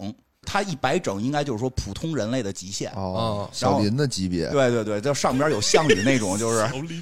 他一百整应该就是说普通人类的极限。
哦
啊，
小林的级别，
对对对，就上边有项羽那种， 就是
小林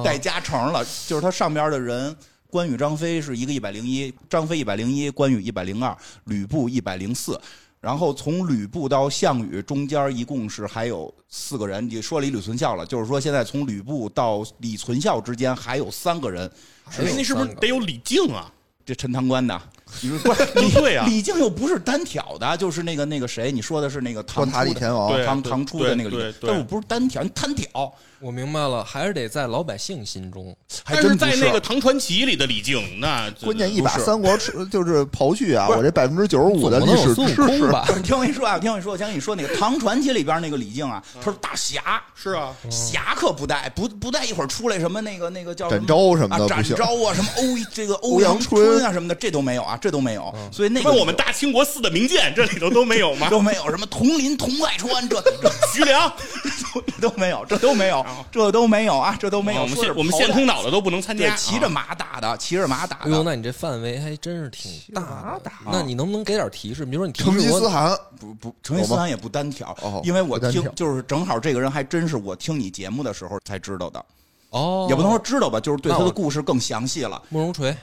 带加成了，就是他上边的人。关羽、张飞是一个一百零一，张飞一百零一，关羽一百零二，吕布一百零四。然后从吕布到项羽中间一共是还有四个人，你说李李存孝了，就是说现在从吕布到李存孝之间还有三个人，
还有
哎那是不是
三个
得有李靖啊？
这陈塘关的，你说不
不对啊
李靖又不是单挑的，就是那个那个谁，你说的是那个
托
唐
塔
初
李
的
天王
对
唐唐初的那个李
对
靖
对，对
但我不是单挑，你单挑
我明白了，还是得在老百姓心中。
还
但
真不。
在那个《唐传奇》里的李靖，那这
关键一把
不是
三国吃就是刨去啊，我这百分之九十五
总
的
不
历
能有
史
孙
知
悟
识
空，吧
不？是， 听我一说啊，听我一说，我先跟你说那个《唐传奇》里边那个李靖啊，他是大侠，
是啊，
侠客不带，不不带一会儿出来什么那个那个叫什么
展昭什么的
啊
不
展
行
昭啊，什么欧这个欧
欧阳
阳春
春
啊什么的，这都没有啊，这都没有，所以那个
问我们大清国寺的名剑，这里头都没有吗？
都没有什么同林同外川，这这
徐良，
这都没有，这都没有，这都没有啊，这都没有。
哦我们
说是
现我们
跑
现
的
通岛的都不能参
对
加，，
骑着马打的，骑着马打
哎呦，
的，
那你这范围还真是挺大的。那你能不能给点提示？比如说你提
成吉
示
思
我，
汗
不不，成吉思汗也不单挑
哦，
因为我
不单挑
听就是正好这个人还真是我听你节目的时候才知道的，
哦，
也不能说知道吧，就是对他
那
的
我
故事更详细了，
慕容锤，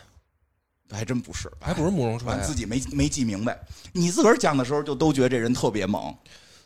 还真不是，
还不是慕容锤
反，正自己没没记明白，你自个儿讲的时候就都觉得这人特别猛，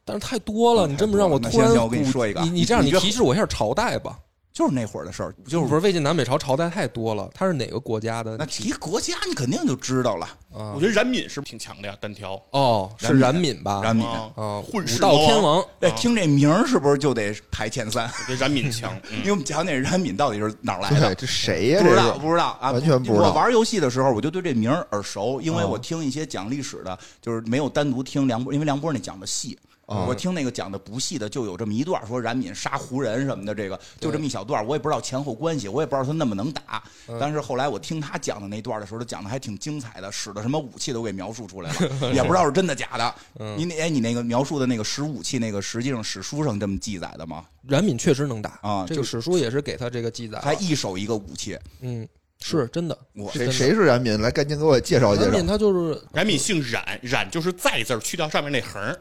但是太多了，你这么让我
那
突然
行行我
鼓，
跟你说一个啊
你
你
这样，
你
你
这
提示我一下朝代吧，
就是那会儿的事儿，就
不
是
是魏晋南北朝朝代太多了，他是哪个国家的
那？提国家你肯定就知道了，
啊
我觉得冉闵是不是挺强的呀，单挑。
哦，是
冉
冉闵吧？
冉闵。
啊
啊，
混世
武道天王，
哎，听这名儿是不是就得排前三？
我觉得冉闵强，嗯
因为我们讲讲冉闵到底是哪儿来的
对，。这谁呀？
不
这
知道，
是
不知道啊，
完全不知道啊
我玩游戏的时候，我就对这名儿耳熟，因为我听一些讲历史的，就是没有单独听梁波，因为梁波那讲的细。
啊
我听那个讲的不细的，就有这么一段说冉闵杀胡人什么的，这个就这么一小段，我也不知道前后关系，我也不知道他那么能打。
嗯
但是后来我听他讲的那段的时候，他讲的还挺精彩的，使的什么武器都给描述出来 了，也不知道是真的假的。
嗯
你那哎，你那个描述的那个使武器那个，实际上史书上这么记载的吗？
冉闵确实能打
啊
这
就
个史书也是给他这个
啊
记载
还
了。
一手一个武器，
嗯，是真的。
我
是真的
谁谁是冉闵？来，赶紧给我介绍介
冉
绍
闵。他就是
冉闵姓冉，冉就是在字儿去掉上面那横儿。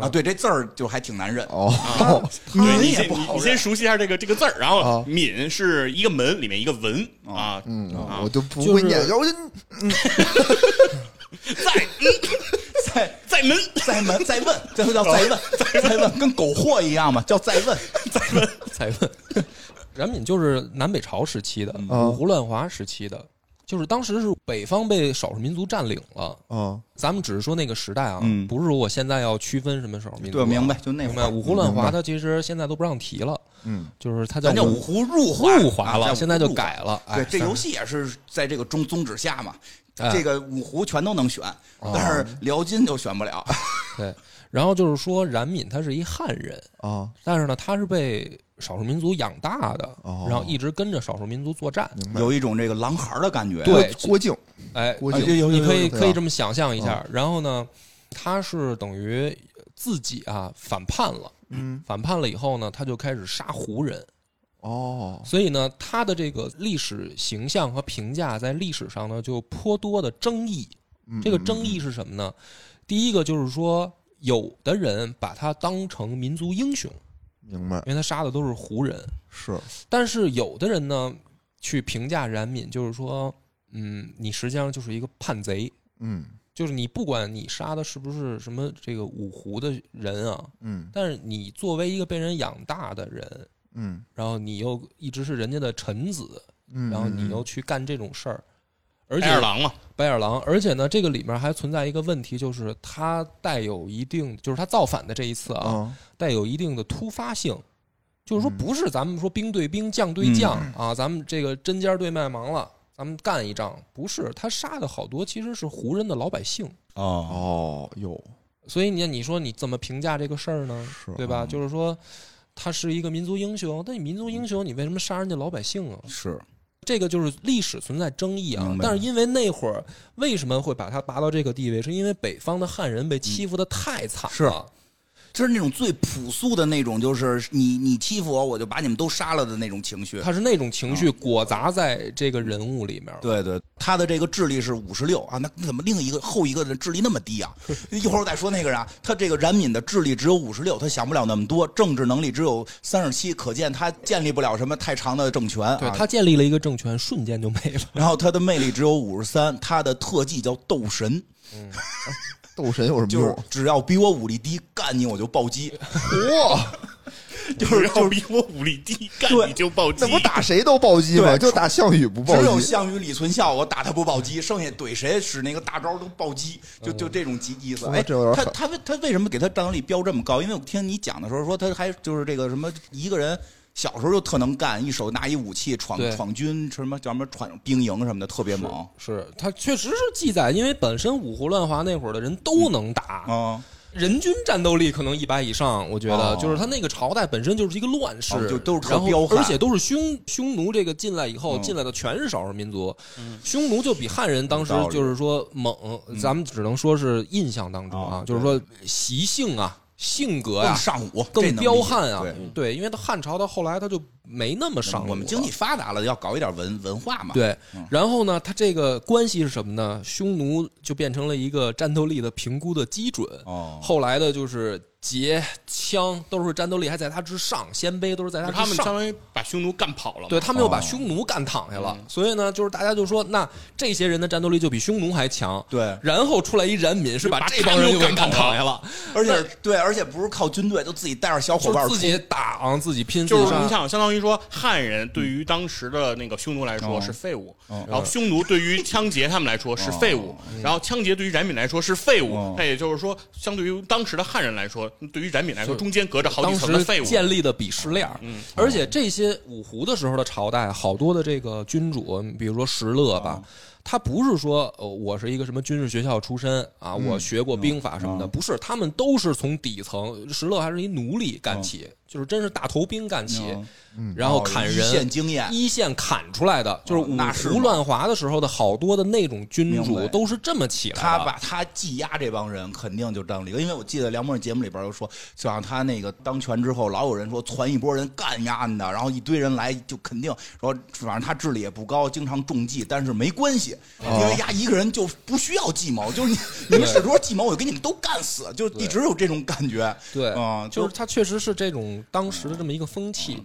啊，对这字儿就还挺难 认。
哦，
啊
对
闵
你
也
先
不
你
好
你
认
先。熟悉一下这个这个字儿，然后
啊
闵是一个门里面一个文啊，
嗯，
啊
我就不
就
会
是
念，然后就
在嗯
再
在门
再问再问，这
哦
就叫再问再问，跟狗货一样嘛，叫再 问。
才问，冉闵就是南北朝时期的
嗯
五胡乱华时期的，就是当时是北方被少数民族占领了。
啊，
咱们只是说那个时代啊，
嗯
不是说我现在要区分什么少数民族、
对，
啊。
明白，。就那
明
会
白，
儿，
五胡乱
明
华
白
它其实现在都不让提了，
嗯，
就是它叫
咱叫五胡
五
入华，
入华
啊
了，
叫
现在
五
就
胡入华
改了。哎
对，这游戏也是在这个宗宗旨下嘛，
哎哦
这个五胡全都能选，但是辽金就选不 了。
对。然后就是说，冉闵他是一汉人，
啊，
但是呢，他是被少数民族养大的，
哦
然后一直跟着少数民族作战。
明白。
有一种这个狼孩儿的感觉。
对
郭郭靖，
哎，
郭
啊，
靖
有有有
你可以
对啊
可以这么想象一下。然后呢，他是等于自己啊反叛了，
嗯，
反叛了以后呢，他就开始杀胡人，
哦，
所以呢，他的这个历史形象和评价在历史上呢就颇多的争议。
嗯
这个争议是什么呢？第一个就是说，有的人把他当成民族英雄，
明白
因为他杀的都是胡人；
是
但是有的人呢，去评价冉闵，就是说，嗯，你实际上就是一个叛贼，
嗯
就是你不管你杀的是不是什么这个五胡的人啊，
嗯
但是你作为一个被人养大的人，
嗯
然后你又一直是人家的臣子，
嗯，
然后你又去干这种事儿，而且
爱尔兰嘛，
白眼狼，而且呢，这个里面还存在一个问题，就是它带有一定，就是它造反的这一次啊，
啊
带有一定的突发性，就是说
嗯
不是咱们说兵对兵、将对将、啊，咱们这个针尖对麦芒了，咱们干一仗，不是他杀的好多其实是胡人的老百姓，
哦，
哦哟
所以你你说你怎么评价这个事儿呢？
是
对吧？
嗯
就是说他是一个民族英雄，但你民族英雄，你为什么杀人家老百姓啊？
是
这个就是历史存在争议啊
明。白
但是因为那会儿为什么会把他拔到这个地位，是因为北方的汉人被欺负的太惨了。
就是那种最朴素的那种，就是你你欺负我，我就把你们都杀了的那种情绪。
他是那种情绪裹杂在这个人物里面。
对对，他的这个智力是五十六啊，那那怎么另一个后一个的智力那么低啊？ 一会儿我再说那个人啊，他这个冉闵的智力只有五十六，他想不了那么多，政治能力只有三十七，可见他建立不了什么太长的政权啊。
对他建立了一个政权，瞬间就没了。
然后他的魅力只有五十三，他的特技叫斗神，
斗神有什么
就是
用？
只要比我武力低，干你我就暴击。
哇，
就是要比我武力低，干
对
你就暴击
那。不打谁都暴击吗？
对
就打项羽不暴
只有
击，
项羽、李存孝，我打他不暴击，剩下怼谁使那个大招都暴击，就就这种级意思。
哇
哎，
嗯这有点
他
狠
他为他为什么给他战斗力标这么高？因为我听你讲的时候说，他还就是这个什么一个人。小时候就特能干，一手拿一武器闯
对
闯军，什么叫什么闯兵营什么的，特别猛啊、
是他确实是记载，因为本身五胡乱华那会儿的人都能打，
啊
人均战斗力可能一百以上，我觉得、
哦
就是他那个朝代本身就是一个乱世，
哦就都是特
然
彪
后
悍嗯
而且都是匈匈奴这个进来以后、进来的全是少数民族，匈奴就比汉人当时
有道理嗯
就是说猛，咱们只能说是印象当中啊，
哦
就是说习性啊、性格
更
啊
上武，这
更
能理解
彪悍啊
对，
对，因为他汉朝到后来他就没那么上
我们经济发达了，要搞一点文文化嘛。，
对，
嗯
然后呢，他这个关系是什么呢？匈奴就变成了一个战斗力的评估的基准。
哦
后来的就是节枪都是战斗力还在他之上，鲜卑都是在他
哦他
之
们
上
相。当于把匈奴干跑了嘛，哦
对他们又把
哦
匈奴干躺下了，所以呢，就是大家就说，那这些人的战斗力就比匈奴还强。
对
然后出来一冉闵是把
把
这帮人就
他们又
给
干
干
躺
躺下了，
而且对，而且不是靠军队，就自己带着小伙
就
伴儿
自己打啊，自己拼，
就
自己
是
杀
你想，相当于说汉人对于当时的那个匈奴来说是废物，
哦
然后匈奴对于枪杰他们来说是废物，然后枪杰对于冉闵来说是废
哦
物。那也就是说，相对于当时的汉人来说，对于冉闵来说，
就
中间隔着好
当
几层的废
时
物。
建立的鄙视链儿。
嗯
而且这些五胡的时候的朝代，好多的这个君主，比如说石勒
啊
吧，他不是说呃我是一个什么军事学校出身啊，
嗯
我学过兵法什么
啊
的，不是，他们都是从底层，石勒还是一奴隶干
啊
起，就是真是大头兵干起，然后砍
哦一线
人。
经验，啊
一线砍出来的，就是五
那是
胡
吗
乱华的时候的好多的那种君
明白
主都是这么起来的。
他把他积压这帮人，肯定就占理。因为我记得梁博士节目里边又说，就像他那个当权之后，老有人说传一波人干压你的，然后一堆人来就肯定说，反正他智力也不高，经常中计，但是没关系，
哦
因为压一个人就不需要计谋， 就是你你们使多少计谋，我就给你们都干死，就一直有这种感觉。
对，
啊，嗯
就是
是
它确实是这种当时的这么一个风气。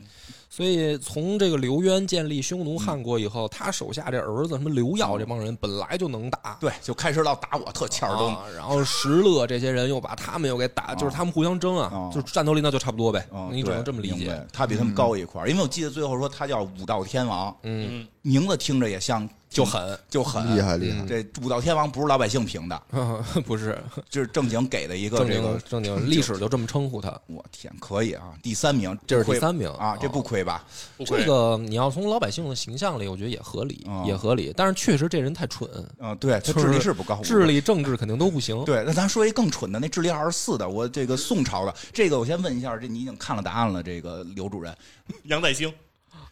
所以从这个刘渊建立匈
嗯
奴汉国以后，他手下这儿子什么刘耀这帮人本来就能打，
对，就开始老打我特欠儿都
啊，然后石勒这些人又把他们又给打，就是他们互相争啊
啊，
就是战斗力那就差不多呗
嗯，，
你只能
对
这么理
明
解
白。他比他们高一块儿，因为我记得最后说他叫武道天王，
嗯，
名字听着也像
就狠，
就狠
厉害厉
嗯
害，
这武道天王不是老百姓评的，
不是
这是正经给的一个
正
这个
经。正经历史就这么称呼他。
我天，可以啊！第三名，
这是
不亏
第三名
啊
哦，
这不亏吧？
不会
这个你要从老百姓的形象里，我觉得也合理
啊，
也合理。但是确实这人太蠢，
嗯，对，他智力是不高，
智。力、政治肯定都不行。
对，那咱说一更蠢的，那智力二十四的，我这个宋朝的，这个我先问一下，这你已经看了答案了，这个刘主任
杨再兴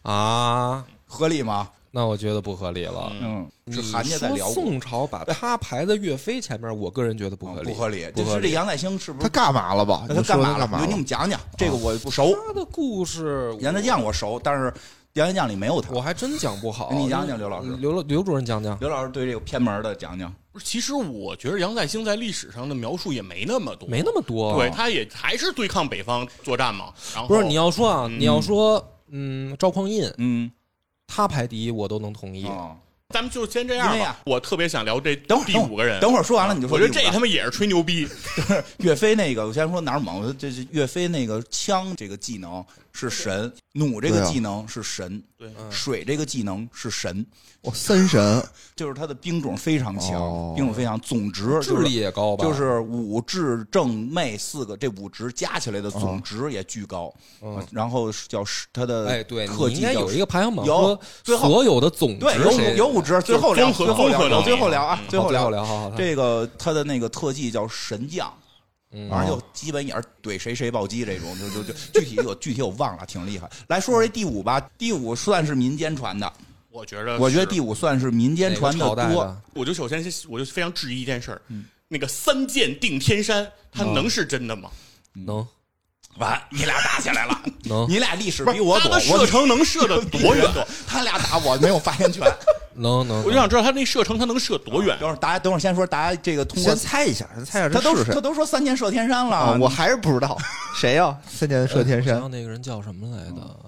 啊，
合理吗？
那我觉得不合理了。
嗯，是
你
韩家在
说
辽国，嗯
宋朝把他排在岳飞前面，我个人觉得不合理，
不合理。
不
就
合
是这
理。
杨再兴是不
他
是
干嘛了吧？你
他
说
干嘛
干嘛
了？你
了
们？讲讲，这个我不熟。
他的故事，
杨家将我熟，但是杨家将里没有他
我。还真讲不好。
哎
嗯
你讲讲刘老师
刘刘主任讲讲。
刘老师对这个偏门的讲讲，
不是，其实我觉得杨再兴在历史上的描述也没那么多，
没那么多，啊
啊
对，他也还是对抗北方作战嘛。然后
不是你要说啊，你要说，嗯，赵匡胤
嗯，
他排第一，我都能同意。
哦
咱们就先这样
因为
吧
啊。
我特别想聊这
等会儿
第五个人，
等会儿说完了你就说
我
第
觉
五
得
个。
这他妈也是吹牛逼。
岳飞那个，我先说哪儿猛，我说这是岳飞那个枪这个技能是神，弩这
对
个
啊
技能是神，
对，
水这个技能是神，
我三神
就是他的兵种非常强，
哦
兵种非常，总值
智
就是
力也高吧？
就是武智正妹四个这五值加起来的总值也巨高，
嗯
然后是叫是他的
哎，对，
特
你应
技
该
叫
有一个排行榜，
有
说
最后
所有的总值
对有
谁
五有五值，最后聊
综合
最后
综
聊
合能力
最后聊啊
嗯，
最后
好
聊
聊好好好
这个他的那个特技叫神将。
嗯
反正就基本也是怼谁谁暴击这种，就就就具体我具体我忘了，挺厉害。来说说这第五吧，第五算是民间传的，
我觉得是，
我觉得第五算是民间传
哪个朝代的
多。嗯
我就首先是我就非常质疑一件事儿，那个三剑定天山，它能是真的吗？
能
完，哎你俩打起来 了，
能
你俩历史嗯比我
他
懂，
的射
我
程能射得 多远？
他俩打我没有发言权。
能能，
我就想知道他那射程他能射多远
等？会儿大家等会儿先说，大家这个通过
先猜一下，先猜一下
他都
这是
他
谁
都说三箭射天山
啊？
了，
我还是不知道谁呀？三年射天
我想
山
想那个人叫什么来着？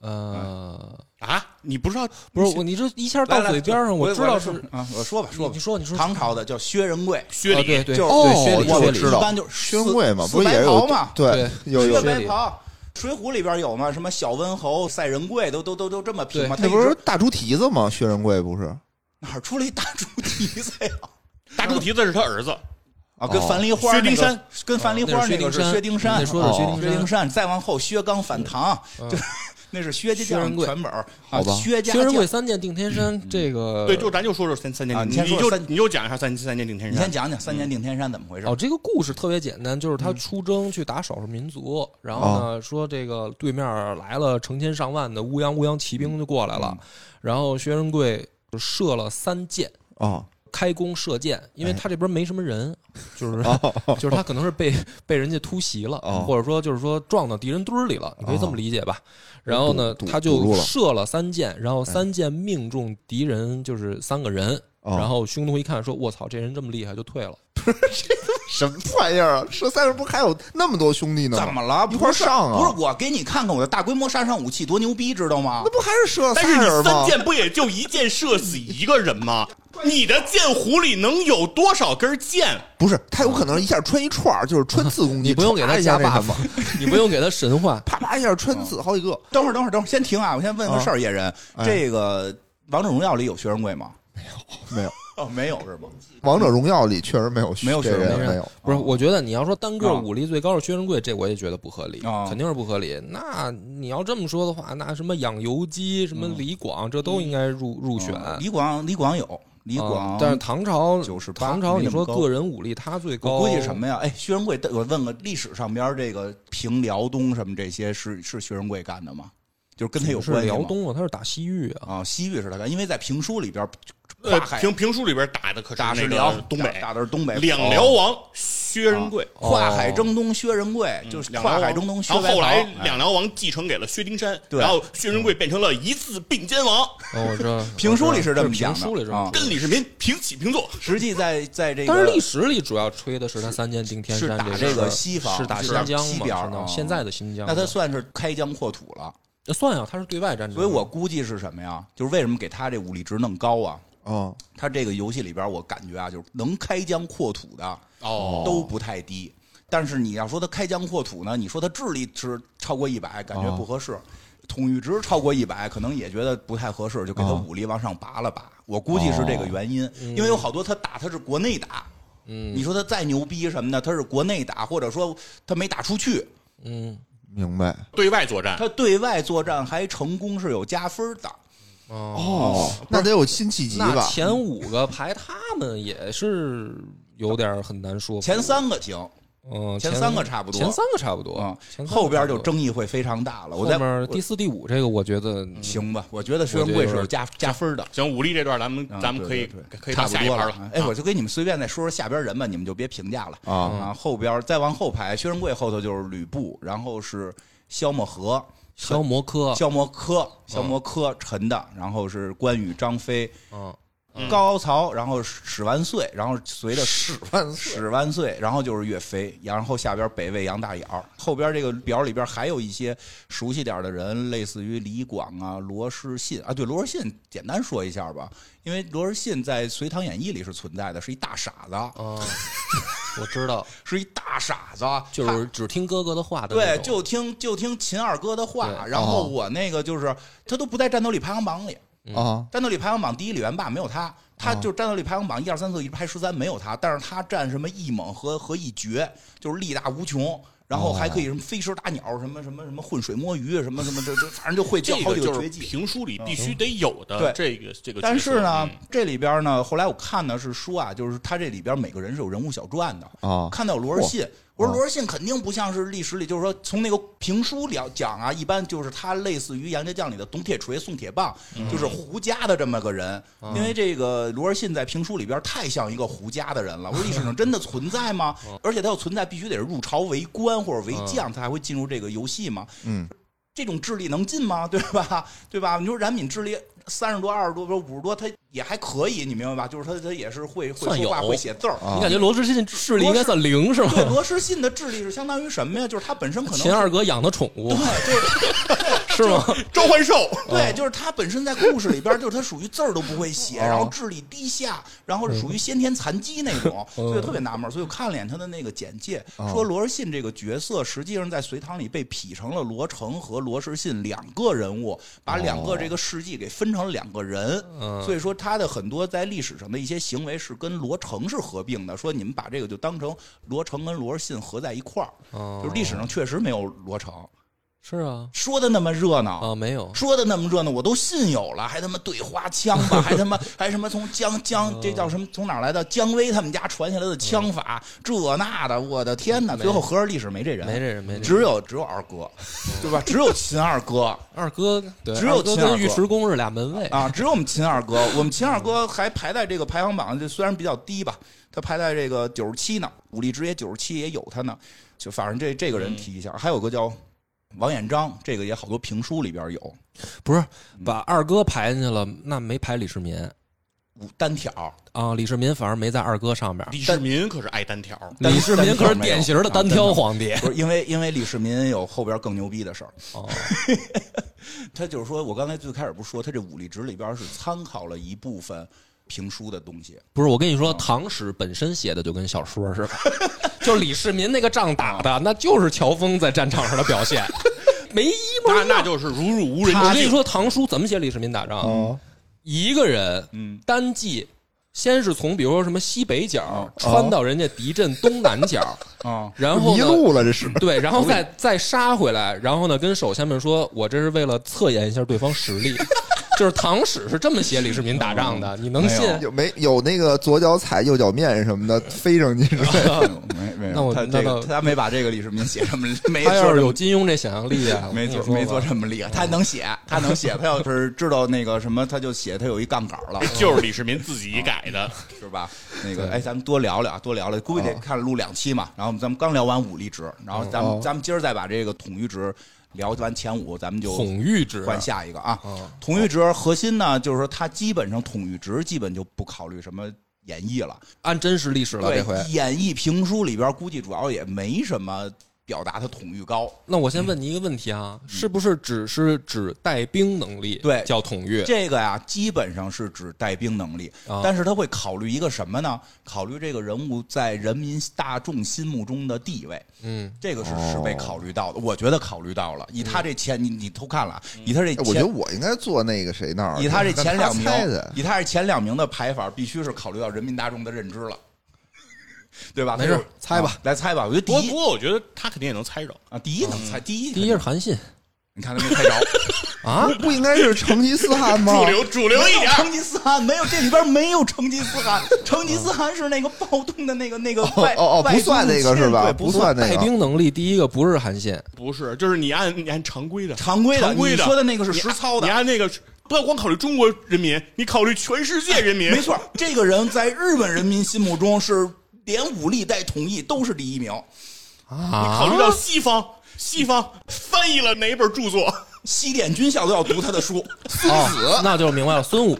嗯
呃，
啊，你不知道
不是我，你这一下
来
到嘴边上，
我
知道
我
是
说啊，我说吧说
你
吧
你，说你说
唐朝的叫薛仁贵，
薛
啊
礼？
对对
就是
哦，
薛礼
我
我
礼
知道
一般就是
薛贵嘛，
四
不是也
四
是
白
有
袍嘛？
对，
对
有
薛
有
这
白
里
袍，《水浒》里边有吗？什么小温侯、赛仁贵，都都都都这么拼吗？他
那
一
不
直
是大猪蹄子吗？薛仁贵不是？
哪儿出来一大 猪蹄子呀？
大猪蹄子是他儿子，
啊，跟樊梨花、
薛丁山，
跟樊梨花那个是薛丁山，啊哦
那说的是薛丁山
薛丁山，再往后薛刚反唐，就是那是薛家
薛仁
将
贵
全本儿啊
好吧，
薛家
薛仁
将
贵。三箭定天山，这个
对，就咱就说说三三
呃啊
剑
你
定，
先说
你就
三
你就讲一下三三剑定天
你先
山。
讲讲三年定天山怎么回事
哦，？这个故事特别简单，就是他出征去打少数民族，然后呢，说这个对面来了成千上万的乌泱乌泱骑兵就过来了，然后薛仁贵就射了三箭。
啊
开弓射箭，因为他这边没什么人， 就是、
哎哦
就是他可能是被被人家突袭了，
哦
或者说就是说撞到敌人堆儿里了，你可以这么理解吧。然后呢
堵，
他
堵
就
住了哎
射了三箭，然后三箭命中敌人就是三个人，
哦
然后匈奴一看说：“我操，这人这么厉害，就退了。
什么玩意儿啊？射三人不是还有那么多兄弟呢
怎
吗？
么了？
一块儿上啊
不是我给你看看我的大规模杀伤武器多牛逼，知道吗
那？不还是射
但是
仨人
你
吗
三？箭不也就一箭射死一个人吗？你的箭壶里能有多少根箭？
不是，他有可能一下穿一串儿，就是穿刺攻击，
你不用给他
唰一
加
下那什
buff，
么，
你不用给他神话。
啪啪一下穿刺好几个，
等会儿，等会儿，等会儿，先停啊！我先问个
啊
事儿，野人，
哎
这个《王者荣耀》里有薛仁贵吗？
没有。
哦，没有是吗？
王者荣耀里确实没有
没有
这
血
人，
人
没有。
不是，我觉得你要说单个
啊
武力最高是薛仁贵，这我也觉得不合理
啊，
肯定是不合理。那你要这么说的话，那什么养由基、什么
嗯
李广，这都应该入入选。
啊李广，李广有，李广
啊，但是唐朝
98
唐朝，你说
没那么高
个人武力他最
我
高，
估计什？么呀？哎，薛仁贵，我问个历史上边这个平辽东什么这些是是薛仁贵干的吗？就是跟他有
是
关系吗
辽东啊，他是打西域 啊。
啊，西域是他干，因为在评书里边，
呃
跨，海
评评书里边打的可是
打
那
是
个
辽
东北，
打打的是东北哦
两辽王薛仁贵，
哦
跨海征东薛仁贵，
嗯
就是
两辽
跨
王
海征东薛
然后
白
后来
袍哎
两辽王继承给了薛丁山，
对
然后薛仁贵变成了一字并肩王，
哦，我知道
评书里是这么
我知
讲的
道评书里这
啊
么
跟
说。
李世民平起平坐。
实际在在这个，
但是历史里主要吹的是他三箭定天
是
山
打
这
这个西方
是打
是
新
打
疆
西
嘛？
边
是
啊
的现在的新疆嘛。
那他算是开疆扩土了。
那算啊，他是对外战争，
所
嗯
以我估计是什么呀？就是为什么给他这武力值那么高啊？
啊，
他这个游戏里边，我感觉啊，就是能开疆扩土的
哦
都不太低。但是你要说他开疆扩土呢，你说他智力值超过一
哦
百，感觉不合适；统御值超过一百，可能也觉得不太合适，就给他
哦
武力往上拔了拔。我估计是这个原因，因为有好多他打他是国内打，
哦嗯
你说他再牛逼什么的，他是国内打，或者说他没打出去，
嗯
明白
对外作战，
他对外作战还成功是有加分的。
哦，
哦，那得有辛弃疾
那
吧？
前五个排他们也是有点很难说服。
前三个行，
嗯，
前三个差不多
前三个差不多
啊
前三个
后边就
差不多
争议会非常大了。我
后
在嗯
面第四、第五这个，我觉得
行吧，我觉得学生会是有加加分的。
行，武力这段咱们
嗯
咱们可以
对对对
可以
差
到
不
下一
多
盘啊
了。哎，我就给你们随便再说说下边人吧，你们就别评价了
啊
啊。后边再往后排，薛仁贵后头就是吕布，然后是萧默和、
消磨
啊
科，
萧默柯、萧默柯陈的，然后是关羽、张飞、
嗯，
高曹，然后史万岁，然后随着
十万岁
史万岁，然后就是岳飞，然后下边北魏杨大眼儿，后边这个表里边还有一些熟悉点的人，类似于李广啊、罗士信啊。对，罗士信简单说一下吧，因为罗士信在《隋唐演义》里是存在的，是一大傻子，
嗯，我 知道，
是一大傻子，
就
他
是只听哥哥的话的那
对，
种，
就听就听秦二哥的话，
对
然后
哦
我那个就是他都不在战斗力排行榜里，
啊！
战斗力排行榜第一李元霸没有他，他就战斗力排行榜一二三四一直排十三没有他，但是他占什么一猛和和一绝，就是力大无穷。然后还可以什么飞石打鸟，什么什么什么浑水摸鱼，什么什么这这，反正就会教
这
好
个
几
就
绝
是
技。嗯
评书里必须得有的
对
这个这个角色。
但是呢
嗯，，
这里边呢，后来我看呢是说啊，就是他这里边每个人是有人物小传的
啊
看到有罗尔信，我说罗尔信肯定不像是历史里，就是说从那个评书里讲啊，一般就是他类似于杨家将里的董铁锤、宋铁棒，
嗯
就是胡家的这么个人。
啊
因为这个罗尔信在评书里边太像一个胡家的人了。我说历史上真的存在 吗？
啊
而且他要存在，必须得是入朝为官或者为将，他才会进入这个游戏嘛。
嗯，
这种智力能进吗？ 对吧？对吧？你说冉闵智力三十多、二十多、五十多，他也还可以，你明白吧？就是他他也是会会
算
说话、
有啊
会写字儿。
你感觉罗志信智力应该算零是吗？
对，罗士信的智力是相当于什么呀？就是他本身可能
秦二哥养的宠物， 是吗？
召唤兽
对，就是他本身在故事里边，就是他属于字儿都不会写，然后智力低下，然后是属于先天残疾那种，所以特别纳闷儿。所以我看了眼他的那个简介，说罗士信这个角色实际上在《隋唐》里被劈成了罗成和罗士信两个人物，把两个这个事迹给分成了两个人。所以说他的很多在历史上的一些行为是跟罗成是合并的，说你们把这个就当成罗成跟罗士信合在一块儿，就是历史上确实没有罗成。
哦是啊，
说的那么热闹
啊没有，
说的那么热闹，我都信有了，还他妈对花枪吧，还他 妈还什么从姜姜这叫什么从哪儿来的姜维他们家传下来的枪法，这那的，我的天哪！最后合着历史没这人，
没这人没这人
啊只有只有二哥，对吧？只有秦二哥
二哥对，
只有
二哥
秦二哥
跟尉迟恭是俩门卫，
啊，只有我们秦二哥，我们秦二哥还排在这个排行榜，这虽然比较低吧，他排在这个九十七呢，武力值也九十七，也有他呢。就反正这这个人提一下，还有个叫王彦章，这个也好多评书里边有
不是把二哥排进去了，那没排李世民
五单挑。
啊，李世民反而没在二哥上边。
李世民可是爱单挑，
但
李世民可是典型的单挑皇帝，
不是因为因为李世民有后边更牛逼的事儿，
哦，
他就是说我刚才最开始不是说他这武力值里边是参考了一部分评书的东西，
不是我跟你说，唐史本身写的就跟小说似的，就李世民那个仗打的，那就是乔峰在战场上的表现，没一模
那
一
那
样。
就是如入无
我
人之
跟你
境。
说，唐书怎么写李世民打仗？
啊
一个人，
嗯，
单骑，先是从比如说什么西北角、
哦
穿到人家敌阵东南角，
啊、
然后
迷
呢
路了，这 是
对，然后再再杀回来，然后呢跟手下们说，我这是为了测验一下对方 实力。就是唐史是这么写李世民打仗
嗯
的，你能信？
有没有那个左脚踩右脚面什么的飞上去之类的？
没没有，
那我
他
那
这
倒
个他没把这个李世民写这么没
他要
说
是
这
有
么。
金庸这想象力 啊，
没做
我跟你说吧
没做这么厉害，他能写，他能 写，他要是知道那个什么，他就写他有一杠杆了，
就是李世民自己改的，
是吧？那个，哎，咱们多聊聊啊，多聊聊，估计得
哦
看录两期嘛。然后咱们刚聊完武力值，然后咱们、
哦
咱们今儿再把这个统御值聊完前五，咱们就
统御之
换下一个啊。统御值核心呢，就是说它基本上统御值基本就不考虑什么演绎了。
按真实历史了
对
这回。，
演绎评书里边估计主要也没什么表达它统御高。
那我先问你一个问题啊，是不是只是指带兵能力
嗯对
叫统御？
这个呀，基本上是指带兵能力，
啊
但是他会考虑一个什么呢？考虑这个人物在人民大众心目中的地位。
嗯，
这个是是被考虑到的，我觉得考虑到了。以他这前，你你偷看了啊，以他这
哎我觉得
前，
我应该坐那个谁那儿，
以他这前两
让他猜
名
的，
以他这前两名的排法，必须是考虑到人民大众的认知了，对吧？
没事
他就是
猜吧
啊来猜吧。我觉得
不
第
过不
一哦
过我觉得他肯定也能猜着。
嗯
啊，第一能猜，第一
第一是韩信，
你看他没猜着，
啊，
不应该是成吉思汗吗？
主流主流
没
一
有
点儿，
成吉思汗，没有这里边没有成吉思 汗，成吉思汗是那个暴动的那个那个
哦
外
哦，不算那个是吧？
对，啊
不
不
算那
带
个。
兵能力第一个不是韩信，
不是，就是你按你按常规的，
常规的。
常规的
你说的那个是
你
实操
你
的，
按那个不要光考虑中国人民，你考虑全世界人民，
没错。这个人在日本人民心目中是连武力带统一都是第一名。
考
啊
虑到西方。西方翻译了哪本著作？
西点军校都要读他的书。
哦，那就明白了，孙武，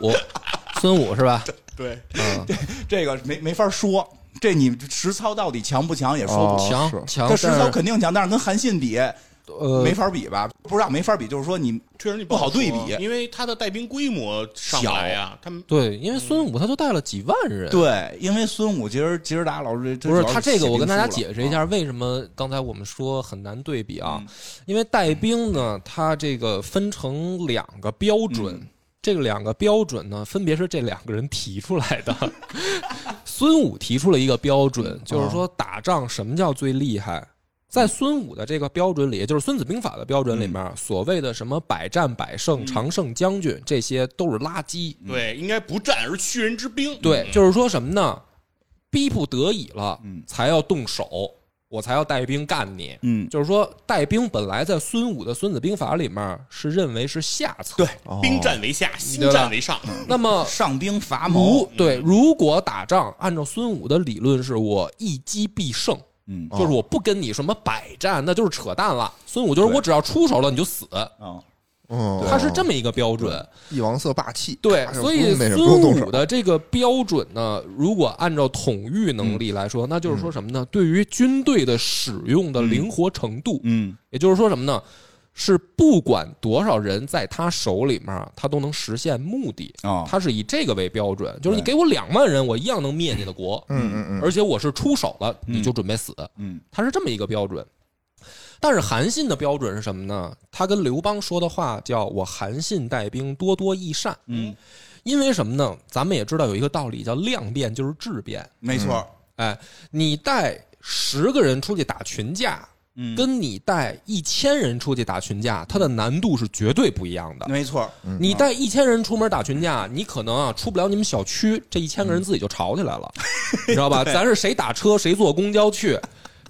孙武是吧？
对，
这个没没法说，这你实操到底强不强也说不清。
哦
强
是
强，
他
但
实操
是
肯定强，但是跟韩信比，
呃
没法比吧？不知道没法比，就是说你
确实你
不好
说
对比
因为他的带兵规模上不来呀。他们
对，因为孙武他就带了几万人，
对，因为孙武其实其实达老师
不是
主要
他这个，
写
我跟大家
兵书了啊
解释一下，为什么刚才我们说很难对比啊？
嗯
因为带兵呢，它这个分成两个标准，
嗯
这个两个标准呢，分别是这两个人提出来的。 孙武提出了一个标
嗯
准，
啊
就是说打仗什么叫最厉害？在孙武的这个标准里，也就是《孙子兵法》的标准
嗯
里面，所谓的什么百战百胜、常胜将军，这些都是垃
嗯
圾。
对应该不战而屈人之兵。嗯
对，就是说什么呢？逼不得已了，
嗯
才要动手，我才要带兵干你。
嗯，
就是说，带兵本来在孙武的《孙子兵法》里面是认为是下策。
哦对
哦
兵战为下，心
对吧
战为上。
那么
啊上兵伐谋
如，对，如果打仗，按照孙武的理论，是我一击必胜。
嗯
就是我不跟你什么百战，那就是扯淡了。孙武就是
对
我只要出手了你就死，
啊，
嗯，
他是这么一个标准。
帝王色霸气。
对
哎，呦
所
不
以
用那什么不用
孙
动
武
手
的这个标准呢，如果按照统御能力来
嗯
说，那就是说什么呢？对于军队的使用的灵活程度，
嗯
也就是说什么呢？是不管多少人在他手里面，他都能实现目的。
哦
啊，
他是以这个为标准，就是你
对
给我两万人，我一样能灭你的国。
嗯嗯嗯，
而且我是出手了，你就准备死。
嗯
他是这么一个标准。但是韩信的标准是什么呢？他跟刘邦说的话叫“我韩信带兵，多多益善”。
嗯，
因为什么呢？咱们也知道有一个道理叫量变就是质变。
没错，
哎，你带十个人出去打群架，
嗯
跟你带一千人出去打群架，它的难度是绝对不一样的。
没错，
你带一千人出门打群架，你可能啊出不了你们小区，这一千个人自己就吵起来了，你知道吧？咱是谁打车谁坐公交去，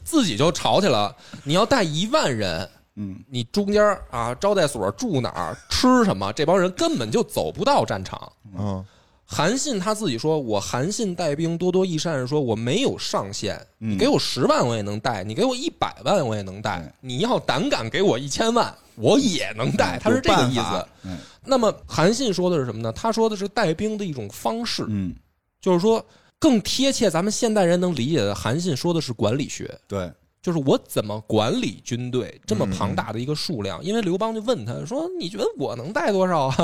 自己就吵起来了。你要带一万人，
嗯，
你中间啊招待所住哪儿吃什么，这帮人根本就走不到战场。
嗯
韩信他自己说：“我韩信带兵，多多益善。”说我没有上限，你给我十万我也能带，你给我一百万我也能带
嗯，
你要胆敢给我一千万，我也能带。他是这个
嗯
意
有办
思
法。嗯
那么韩信说的是什么呢？他说的是带兵的一种方式，
嗯，
就是说更贴切咱们现代人能理解的。韩信说的是管理学，
对，
就是我怎么管理军队这么
嗯
庞大的一个数量。因为刘邦就问他说：“你觉得我能带多少啊？”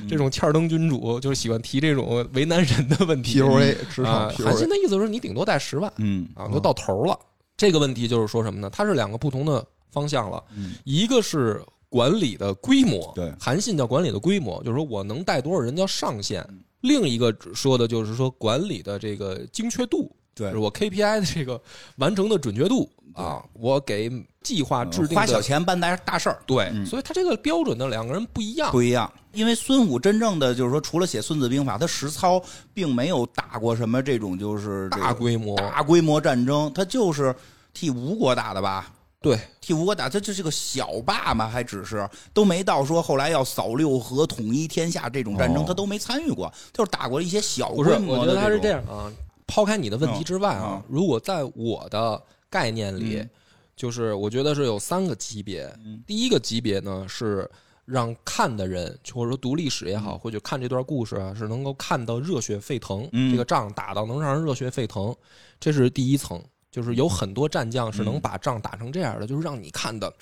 嗯
这种欠儿登君主就是喜欢提这种为难人的问题。
，PUA 职
啊
场，
韩信
PUA，
的意思是你顶多带十万
嗯
啊，都到头了。这个问题就是说什么呢？它是两个不同的方向了。
嗯
一个是管理的规模，
对
韩信叫管理的规模，就是说我能带多少人叫上限；
嗯
另一个说的就是说管理的这个精确度，
对
就是我 KPI 的这个完成的准确度啊，我给计划制定的、
嗯花小钱办大大事儿，
对，
嗯
所以他这个标准呢，两个人不一样。
不一样，因为孙武真正的就是说，除了写《孙子兵法》，他实操并没有打过什么这种就是这个
大规模，
大规模战争，他就是替吴国打的吧？
对，
替吴国打，他就是个小霸嘛，还只是都没到说后来要扫六合、统一天下这种战争，
哦
他都没参与过，就是打过一些小
不是，
规
我
模
觉
的
得他是这
种
样啊。抛开你的问题之外啊
嗯，
如果在我的概念里，就是我觉得是有三个级别。
嗯
第一个级别呢是让看的人，或者说读历史也好，或者看这段故事啊，是能够看到热血沸腾。
嗯
这个仗打到能让人热血沸腾，这是第一层。就是有很多战将是
嗯
能把仗打成这样的，就是让你看的，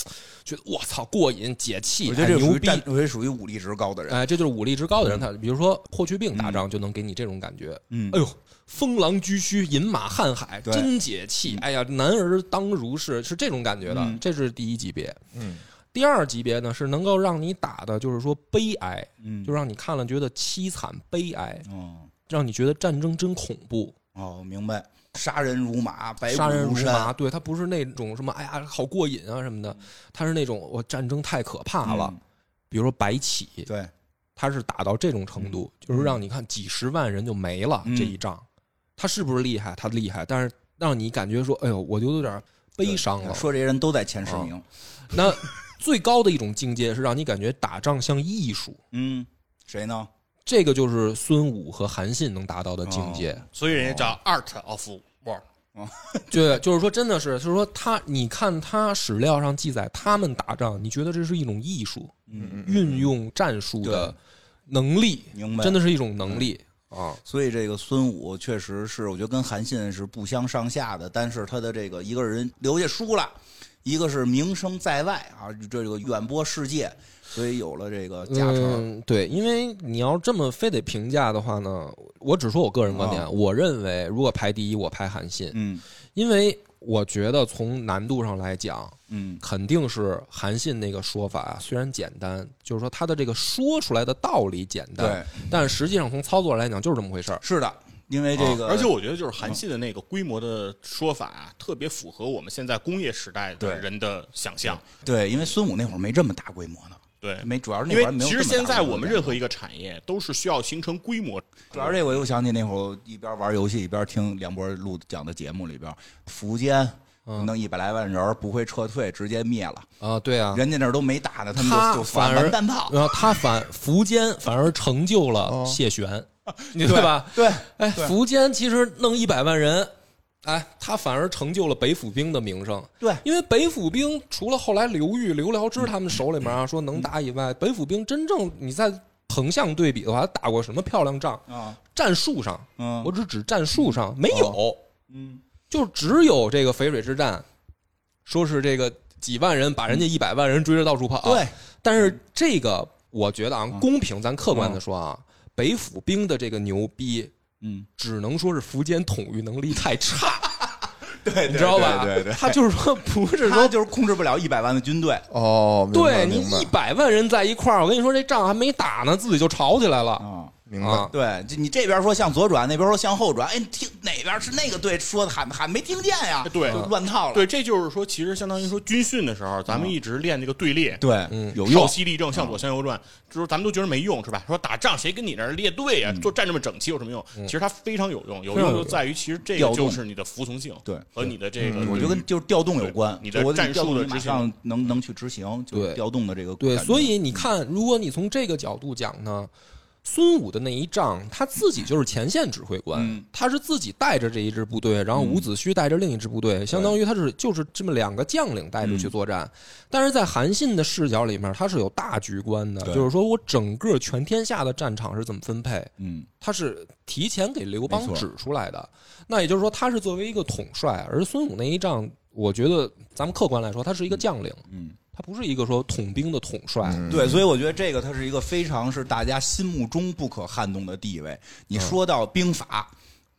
觉得我操过瘾解气，
我觉得这
哎
属
牛
于
逼，
战，我嗯觉得属于武力值高的人。
哎，这就是武力值高的人。他比如说霍去病打仗就能给你这种感觉，
嗯
哎呦，风狼居胥，饮马瀚海，
对嗯
真解气。哎呀，男儿当如是，是这种感觉的。这是第一级别。
嗯，
第二级别呢是能够让你打的，就是说悲哀，
嗯
就让你看了觉得凄惨悲哀，
哦
让你觉得战争真恐怖。
哦，明白，杀人如麻，白骨
杀人如麻，
山。
对他
嗯
不是那种什么哎呀好过瘾啊什么的，他是那种我战争太可怕了。嗯比如说白起，
对，
他是打到这种程度，就是让你看几十万人就没了、
嗯
这一仗，他是不是厉害？他厉害，但是让你感觉说，哎呦，我就有点悲伤了。哦
说这些人都在前十名，
那最高的一种境界是让你感觉打仗像艺术，
嗯，谁呢？
这个就是孙武和韩信能达到的境界。
哦
所以人家叫 Art of War。
对，就是说，真的是，就是说他，你看他史料上记载他们打仗，你觉得这是一种艺术，
嗯，
运用战术的能力，
明白。
真的是一种能力啊。
所以这个孙武确实是，我觉得跟韩信是不相上下的，但是他的这个一个人留下书了，一个是名声在外啊，这个远播世界，所以有了这个加成。
嗯，对，因为你要这么非得评价的话呢，我只说我个人观点，
啊
我认为如果排第一，我排韩信，
嗯
因为我觉得从难度上来讲，
嗯
肯定是韩信那个说法啊，虽然简单，就是说他的这个说出来的道理简单，但实际上从操作来讲就是这么回事儿。
是的，因为这个，
哦啊而且我觉得就是韩信的那个规模的说法、啊，特别符合我们现在工业时代
对
的人的想象。
对，因为孙武那会儿没这么大规模呢，
对，
没主要是那
因
会儿
为
没有
其
这么
实
大规模
现在我们任何一个产业都是需要形成规模。
主要这个我又想起那会儿我一边玩游戏一边听梁博录讲的节目里边，苻坚
嗯
弄一百来万人儿不会撤退，直接灭了，
啊，对啊，
人家那儿都没打呢，他们
他
就就
反而
完蛋炮。
然后他反苻坚反而成就了谢 玄，你对吧？
对，
哎，苻坚其实弄一百万人，哎，他反而成就了北府兵的名声。
对
因为北府兵除了后来刘裕、刘辽之他们手里面
嗯
啊说能打以外，北府兵真正你在横向对比的话，打过什么漂亮仗？
啊，
战术上，
嗯
我只指战术上没有，
嗯，
就只有这个淝水之战，说是这个几万人把人家一百万人追着到处跑。
嗯对，嗯
但是这个我觉得啊，公平，咱客观的说啊，北府兵的这个牛逼，
嗯，
只能说是苻坚统御能力太 差，
对，
你知道吧？
对对对，
他就是说不是
他
说。
就是控制不了一百万的军队
哦，明
对
白
你
明白
一百万人在一块儿，我跟你说这仗还没打呢，自己就吵起来了
啊。
明白
啊！
对，就你这边说向左转，那边说向后转，哎，你听哪边是那个队说的喊喊没听见呀？
对
就乱套了。
对，这就是说，其实相当于说军训的时候，咱们一直练这个队列，
嗯对，
嗯
有
稍
用。
息立正，向左向右转，就是咱们都觉得没用，是吧？说打仗谁跟你那儿列队
嗯
啊，就站这么整齐有什么用？其实它非常有用，有
非常有
用就
用
在于其实这
调
个
动
就是你的服从性，
对嗯
和你的这个，
我觉得跟就是调动有关，
你的
就我
战术
调动
的
你马
执行
上能能去执行，就是
对
调动的这个
对，
感觉
所以你看，如果你从这个角度讲呢，孙武的那一仗，他自己就是前线指挥官，
嗯
他是自己带着这一支部队，然后伍子胥带着另一支部队，相当于他是就是这么两个将领带着去作
嗯
战。但是在韩信的视角里面，他是有大局观的，
对
就是说我整个全天下的战场是怎么分配，
嗯，
他是提前给刘
没
邦
错
指出来的。那也就是说，他是作为一个统帅，而孙武那一仗，我觉得咱们客观来说，他是一个将领，
嗯，
他不是一个说统兵的统帅。
对，所以我觉得这个它是一个非常是大家心目中不可撼动的地位。你说到兵法，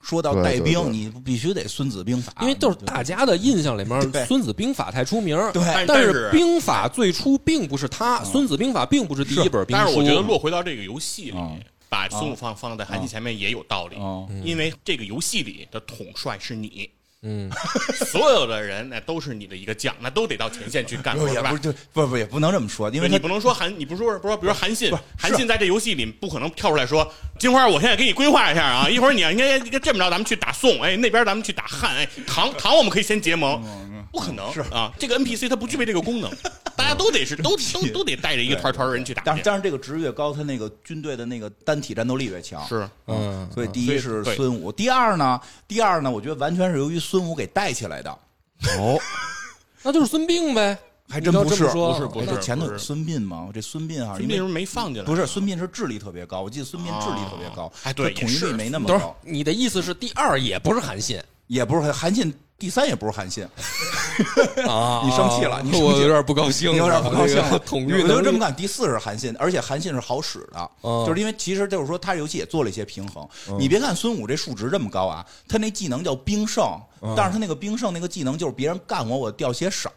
说到
对
带
对对
兵，你必须得《孙子兵法》，
因为都是大家的印象里面，
啊对
《孙子兵法》太出名儿，
对
但
但
是
是
兵法最初并不是
啊
他，《孙子兵法》并不是第一本兵书。
但是我觉得落回到这个游戏里
嗯，
把孙武放放在韩信前面也有道理
哦，
因为这个游戏里的统帅是你。
嗯，
所有的人那都是你的一个将，那都得到前线去干活，
哎也
是吧
不？就不不也不能这么说，因为
对
他
你不能说韩，你不说不说，比如说韩信
不是，
韩信在这游戏里不可能跳出来说，金花，我现在给你规划一下啊，一会儿你啊应该应该这么着，咱们去打宋，哎，那边咱们去打汉，哎，唐唐我们可以先结盟，不可能啊，这个 NPC 它不具备这个 功能，大家都得是都都都得带着一个团团人去打
但
去
是，但是这个职越高，他那个军队的那个单体战斗力越强。
是
嗯，
所以第一
所以
是
对
孙武，第二呢，第二呢，我觉得完全是由于孙武给带起来的，
哦，那就是孙膑呗，
还真不
你要这
是
么，说
不是
哎这前头
不
有
是
孙膑嘛，这孙膑哈，
孙
因
膑
为
是不是没放进来，
不是孙膑是智力特别高，我记得孙膑智力特别高
哦，哎对
他统一
也是
力没那么
等会儿
高，
你的意思是第二也不是韩信
也不是韩信，第三也不是韩信，
啊？
你生气了你生气了
我有点不高兴 了，
有点不高兴
这个
了。
统御
我就
能
这么
力
看，第四是韩信，而且韩信是好使的，
嗯
就是因为其实就是说他游戏也做了一些平衡。你别看孙武这数值这么高啊，他那技能叫兵圣，
嗯
但是他那个兵圣那个技能就是别人干我我掉血少，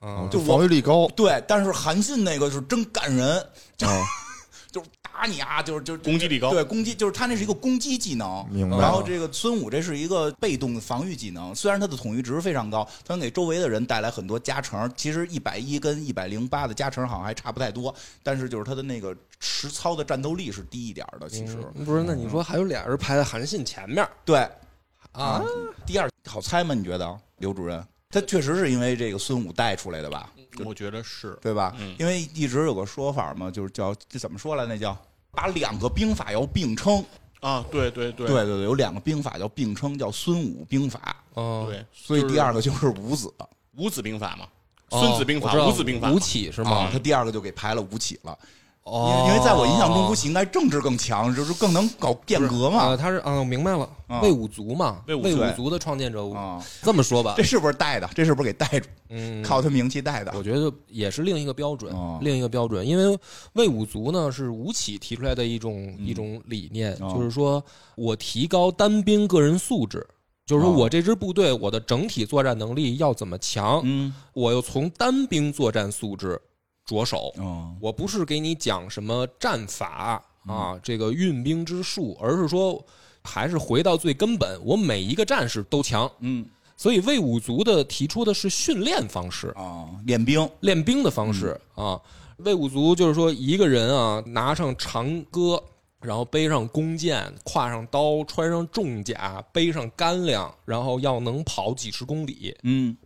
啊
就
哦防
我
御力高
对，但是韩信那个是真干人，就
啊，
就是打打你啊，就是就是
攻击力高
对攻击就是他那是一个攻击技能。
明白
然后这个孙武这是一个被动防御技能，虽然他的统御值非常高，他能给周围的人带来很多加成。其实一百一跟一百零八的加成好像还差不太多，但是就是他的那个实操的战斗力是低一点儿的。其实、
嗯不是，那你说还有俩人排在韩信前面
对
啊？，
第二好猜吗？你觉得刘主任？他确实是因为这个孙武带出来的吧？
我觉得是
对吧？
嗯
因为一直有个说法嘛，就是叫这怎么说来？那叫把两个兵法要并称。
啊，对对对
对对，有两个兵法叫并称，叫孙武兵法。
哦，
对，
所以
就是
第二个就是武子，
五子兵法嘛，
哦
孙子兵法
我知、道
五子兵法嘛
吴，起是吗
啊，？他第二个就给排了吴起了。
哦，
因为因为在我印象中，吴起应该政治更强，就是更能搞变革嘛。
啊，他是啊，我明白了
啊，
魏武卒嘛，
魏
魏
武
卒的创建者，
啊
这么说吧
这，是不是带的？这是不是给带住？
嗯，
靠他名气带的
我。觉得也是另一个标准
哦，
另一个标准，因为魏武卒呢是吴起提出来的一种一种理念，
哦
就是说我提高单兵个人素质。就是说
哦
我这支部队，我的整体作战能力要怎么强，
嗯，
我又从单兵作战素质着手。
哦，
我不是给你讲什么战法啊，这个运兵之术，而是说还是回到最根本，我每一个战士都强。
嗯，
所以魏武卒的提出的是训练方式，
哦，练兵，
练兵的方式啊。魏武卒就是说一个人啊，拿上长戈，然后背上弓箭，挎上刀，穿上重甲，背上干粮，然后要能跑几十公里。
嗯，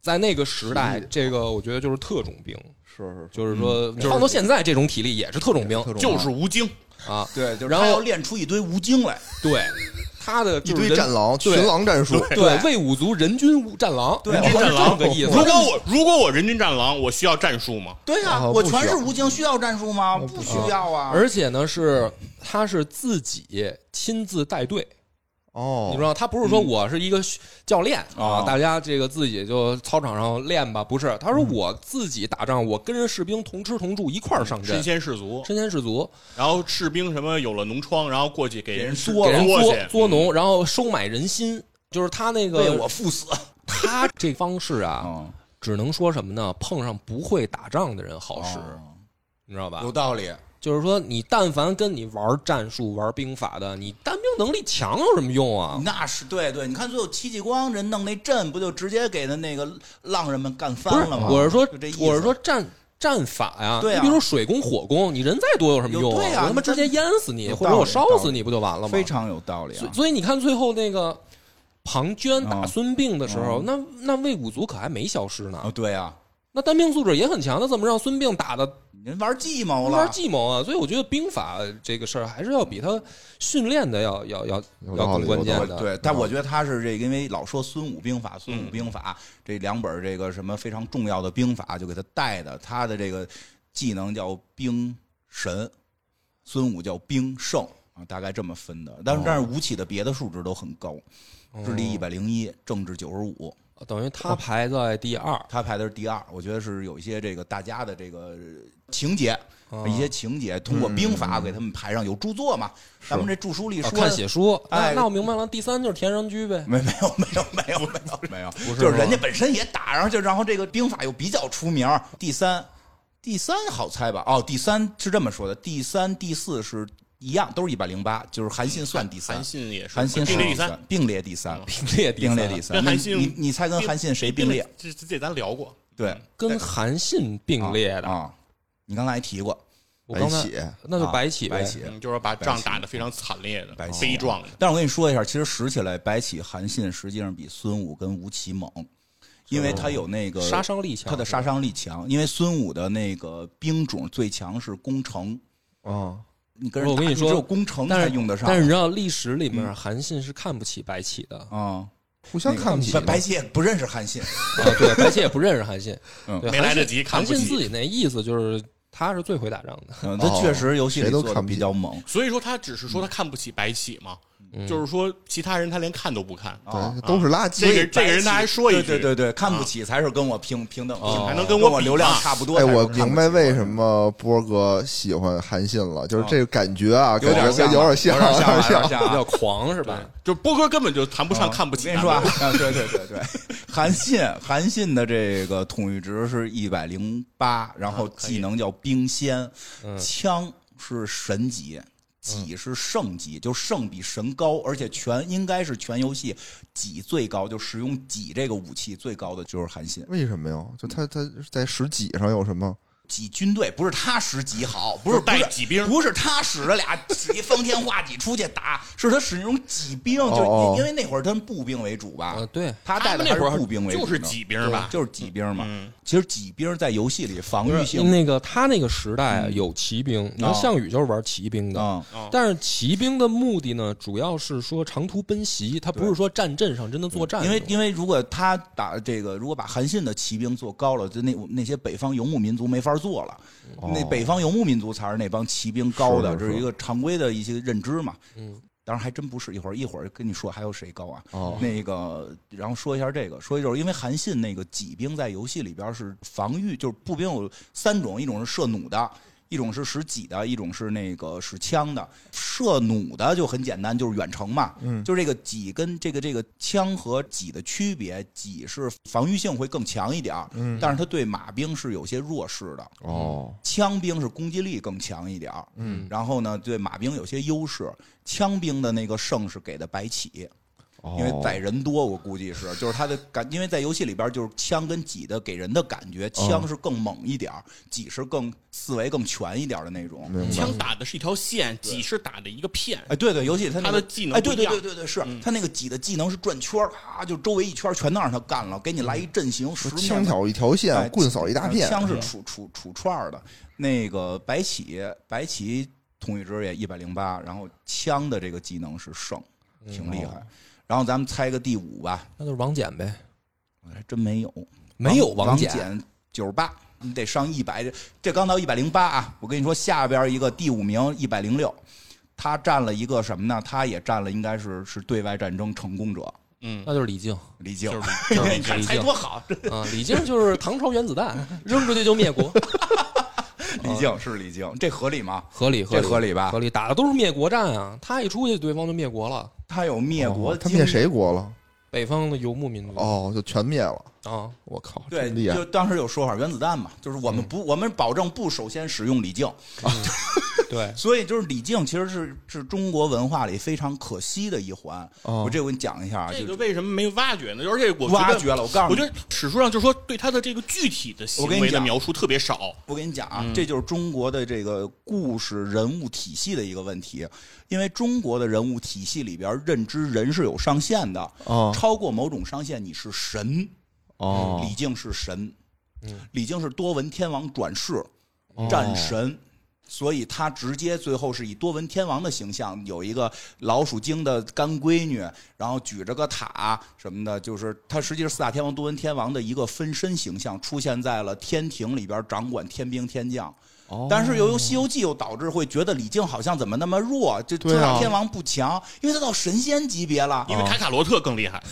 在那个时代，这个我觉得就是特种兵，
是是
就是说
是
放到现在这种体力也是特种兵
特种
就是吴京，
啊。
对，就是
然后
他要练出一堆吴京来。
对，他的
一
就是
堆
人
战狼、
对
群狼战术，
对魏武卒人均战狼，
对
人
人
均
均战狼
这么个意
如
思。
果我如果我人均战狼，我需要战术吗？
对呀、
啊
我
不
全
需
是
要
吴哦京，需要战术吗？不需要啊。
而且呢，是他是自己亲自带队，
哦
你知道，他不是说我是一个教练
哦
啊，大家这个自己就操场上练吧，不是，他说我自己打仗，我跟着士兵同吃同住，一块儿上阵
身，先士卒，
身先士卒，
然后士兵什么有了脓疮，然后过去给
给人
人嗯
作
给人嗯
作
作作农，然后收买人心，就是他那
为
个
我赴死。
他这方式啊，
啊，
只能说什么呢？碰上不会打仗的人好使，
哦
你知道吧
有？道理。
就是说，你但凡跟你玩战术、玩兵法的，你单兵能力强有什么用啊？
那是对对，你看最后戚继光人弄那阵，不就直接给他那个浪人们干
不是
翻了，吗？
我是说
就这意，思
我是说战战法呀。
对啊
你比如说水攻、火攻，你人再多有什么用
有对啊
我他
你
妈
真
直接淹死你，
有
或者
道
我
理
烧
有道
死
理
你，不就完了吗？
非。常有道理
所以
啊。
所以你看，最后那个庞涓打
嗯
孙膑的时候，那那魏武卒可还没消失呢
哦，。对啊，
那单兵素质也很强，那怎么让孙膑打的
您玩计谋了
玩，计谋啊？所以我觉得兵法这个事儿还是要比他训练的要要要
有
要
道理
更关
有道理
键的。
对，但我觉得他是这个，因为老说孙武兵法，孙武兵法、这两本这个什么非常重要的兵法，就给他带的。他的这个技能叫兵神，孙武叫兵圣啊，大概这么分的。但是但是吴起的别的数值都很高，智力一百零一，政治九十五，
等于他排在第二。
他排的是第二，我觉得是有一些这个大家的这个情节，一些情节通过兵法给他们排上，有著作嘛？咱们这著书里
啊
说、
看写书，那
哎嗯
那我明白了。第三就是田穰苴呗，
没没有没有没有没有没有，
是
就是
吗
人家本身也打，然后就然后这个兵法又比较出名。第三，第三好猜吧？哦，第三是这么说的，第三、第四是一样，都是一百零八，就是韩信算第三，
韩信也是
韩信是
并列第
算
三，，
并列第三，
并列
并列第
三。
三。
跟
那
韩信
你你猜跟韩信谁并列？？
这这这咱聊过，
对，
跟韩信并列的。
啊，你刚才还提过，
我刚才
白起
那就
啊
白起呗，
白起。
嗯，就是把仗打得非常惨烈的、
白起
悲壮的。
但是我跟你说一下，其实数起来，白起、韩信实际上比孙武跟吴起猛，因为他有那个
哦杀伤力强，
他的杀伤力强，因为孙武的那个兵种最强是攻城，
啊，
你跟人打
我跟你说
只有攻城
但
才
是
用得上。嗯
但是你知道历史里面韩信是看不起白起的啊，
啊，
互相看不起
白
嘛，
白起也不认识韩信，
对，白起也不认识韩信，
嗯
对
没
韩
来得
信
及看
韩
不
信
起
自己那意思就是他是最会打仗的，
嗯他确实游戏里
谁都
做的
看不起
比较猛
所以说他只是说他看不起白起嘛，就是说其他人他连看都不看，
啊。
对，都是垃圾。哎
这个这个人他还说一句，啊
对对对对，看不起才是跟我平平等，
哦
还能
跟
跟我比啊
我流量
嘛
差不多
哎，
才是看
我
不起。
明白为什么波哥喜欢韩信了，就是这个感觉啊，
有
感
点
觉
像
跟
吧，
有点
像，
像，
有点吧有点像
像。
比
啊
较狂是吧？
就波哥根本就谈不上看不起
我跟你
咱们。
说啊，啊对对对对，韩信韩信的这个
啊嗯
统御值是一百零八，然后技能叫兵仙，枪是神级，己是圣级，就圣比神高，而且全应该是全游戏己最高，就使用己这个武器最高的就是韩信。
为什么呀？就他他在十几上有什么？
己军队不是他使己好，不是
就是带
不是
己兵
不是他使的俩己方天画戟 出去打，是他使那种己兵，
哦
就
哦嗯
因因为那会儿他们步兵为主吧，
呃，对，
他带的
那
还
会儿
是步兵为主
就
呢，
是几兵吧，
就是几兵嘛。
嗯
其实几兵在游戏里防御性嗯
那个他那个时代啊有骑兵，你看
哦
项羽就是玩骑兵的。
啊、
哦
但是骑兵的目的呢，主要是说长途奔袭，他不是说战阵上真的作战
因
用。
为因为如果他打这个，如果把韩信的骑兵做高了，就那那些北方游牧民族没法做了。那北方游牧民族才是那帮骑兵高的，
是是
这是一个常规的一些认知嘛。
嗯，
当然还真不是，一会儿一会儿跟你说还有谁高啊？
哦
那个，然后说一下这个，说一就是因为韩信那个戟兵在游戏里边是防御，就是步兵有三种，一种是射弩的。一种是使戟的，一种是那个使枪的。射弩的就很简单，就是远程嘛。
嗯
就是这个戟跟这个这个枪和戟的区别，戟是防御性会更强一点儿，
嗯
但是它对马兵是有些弱势的。嗯
哦，
枪兵是攻击力更强一点儿，
嗯，
然后呢，对马兵有些优势。枪兵的那个胜是给的白起，
哦
因为载人多，我估计 是，就是他的感，因为在游戏里边就是枪跟戟的给人的感觉，
哦
枪是更猛一点儿，戟是更思维更全一点儿的那种。
明白
枪打的是一条线，戟是打的一个片，
哎，对对，游戏它、那个、
它的技能
哎，对
不一
对
样嗯
对对对，是、它那个戟的技能是转圈儿，啊，就周围一圈儿全都让他干了，给你来一阵型，十面
嗯枪挑一条
哎
线，棍扫一大片，嗯
枪是杵杵杵串儿的。那个白起，白起同一支也一百零八，然后枪的这个技能是胜，
嗯
挺
哦
厉害。然后咱们猜个第五吧，
那就是王翦呗，
我还真没有，
没有
王
翦，
九十八，你得上一百，这刚到一百零八啊！我跟你说，下边一个第五名一百零六，他占了一个什么呢？他也占了应该是是对外战争成功者
嗯，
那就是李 靖
李靖。
就是
就是
你看
李
猜
靖
多好，
啊，李靖就是唐朝原子弹， 扔出去就灭国，
李靖是李靖，这合理吗？
合理合
这
理
合理吧
合理，打的都是灭国战啊，他一出去，对方就灭国了，
他有灭国
哦他
经历，嗯
灭谁国了？
北方的游牧民族
哦，就全灭了。
啊，我靠，
对，
真厉害
就当时有说法，原子弹嘛，就是我
嗯
们不，我们保证不首先使用李靖，
对，
所以就是李靖其实是是中国文化里非常可惜的一环。
哦
我这我给你讲一下啊，
这
就
个为什么没挖掘呢？而且我觉
挖
得
掘了。我告诉
我
你
觉，得史书上就说对他的这个具体的行
我跟你
为的
讲
描述特别少，
我跟你讲
嗯
啊，这就是中国的这个故事人物体系的一个问题，因为中国的人物体系里边认知人是有上限的，
哦
超过某种上限你是神，
哦
李靖是神，
嗯
李靖是多闻天王转世，
哦
战神。所以他直接最后是以多闻天王的形象，有一个老鼠精的干闺女，然后举着个塔什么的，就是他实际是四大天王多闻天王的一个分身形象，出现在了天庭里边，掌管天兵天将。
哦
但是由于《西游记》又导致会觉得李靖好像怎么那么弱，这
对
四
啊
大天王不强，因为他到神仙级别了，
因为卡卡罗特更厉害。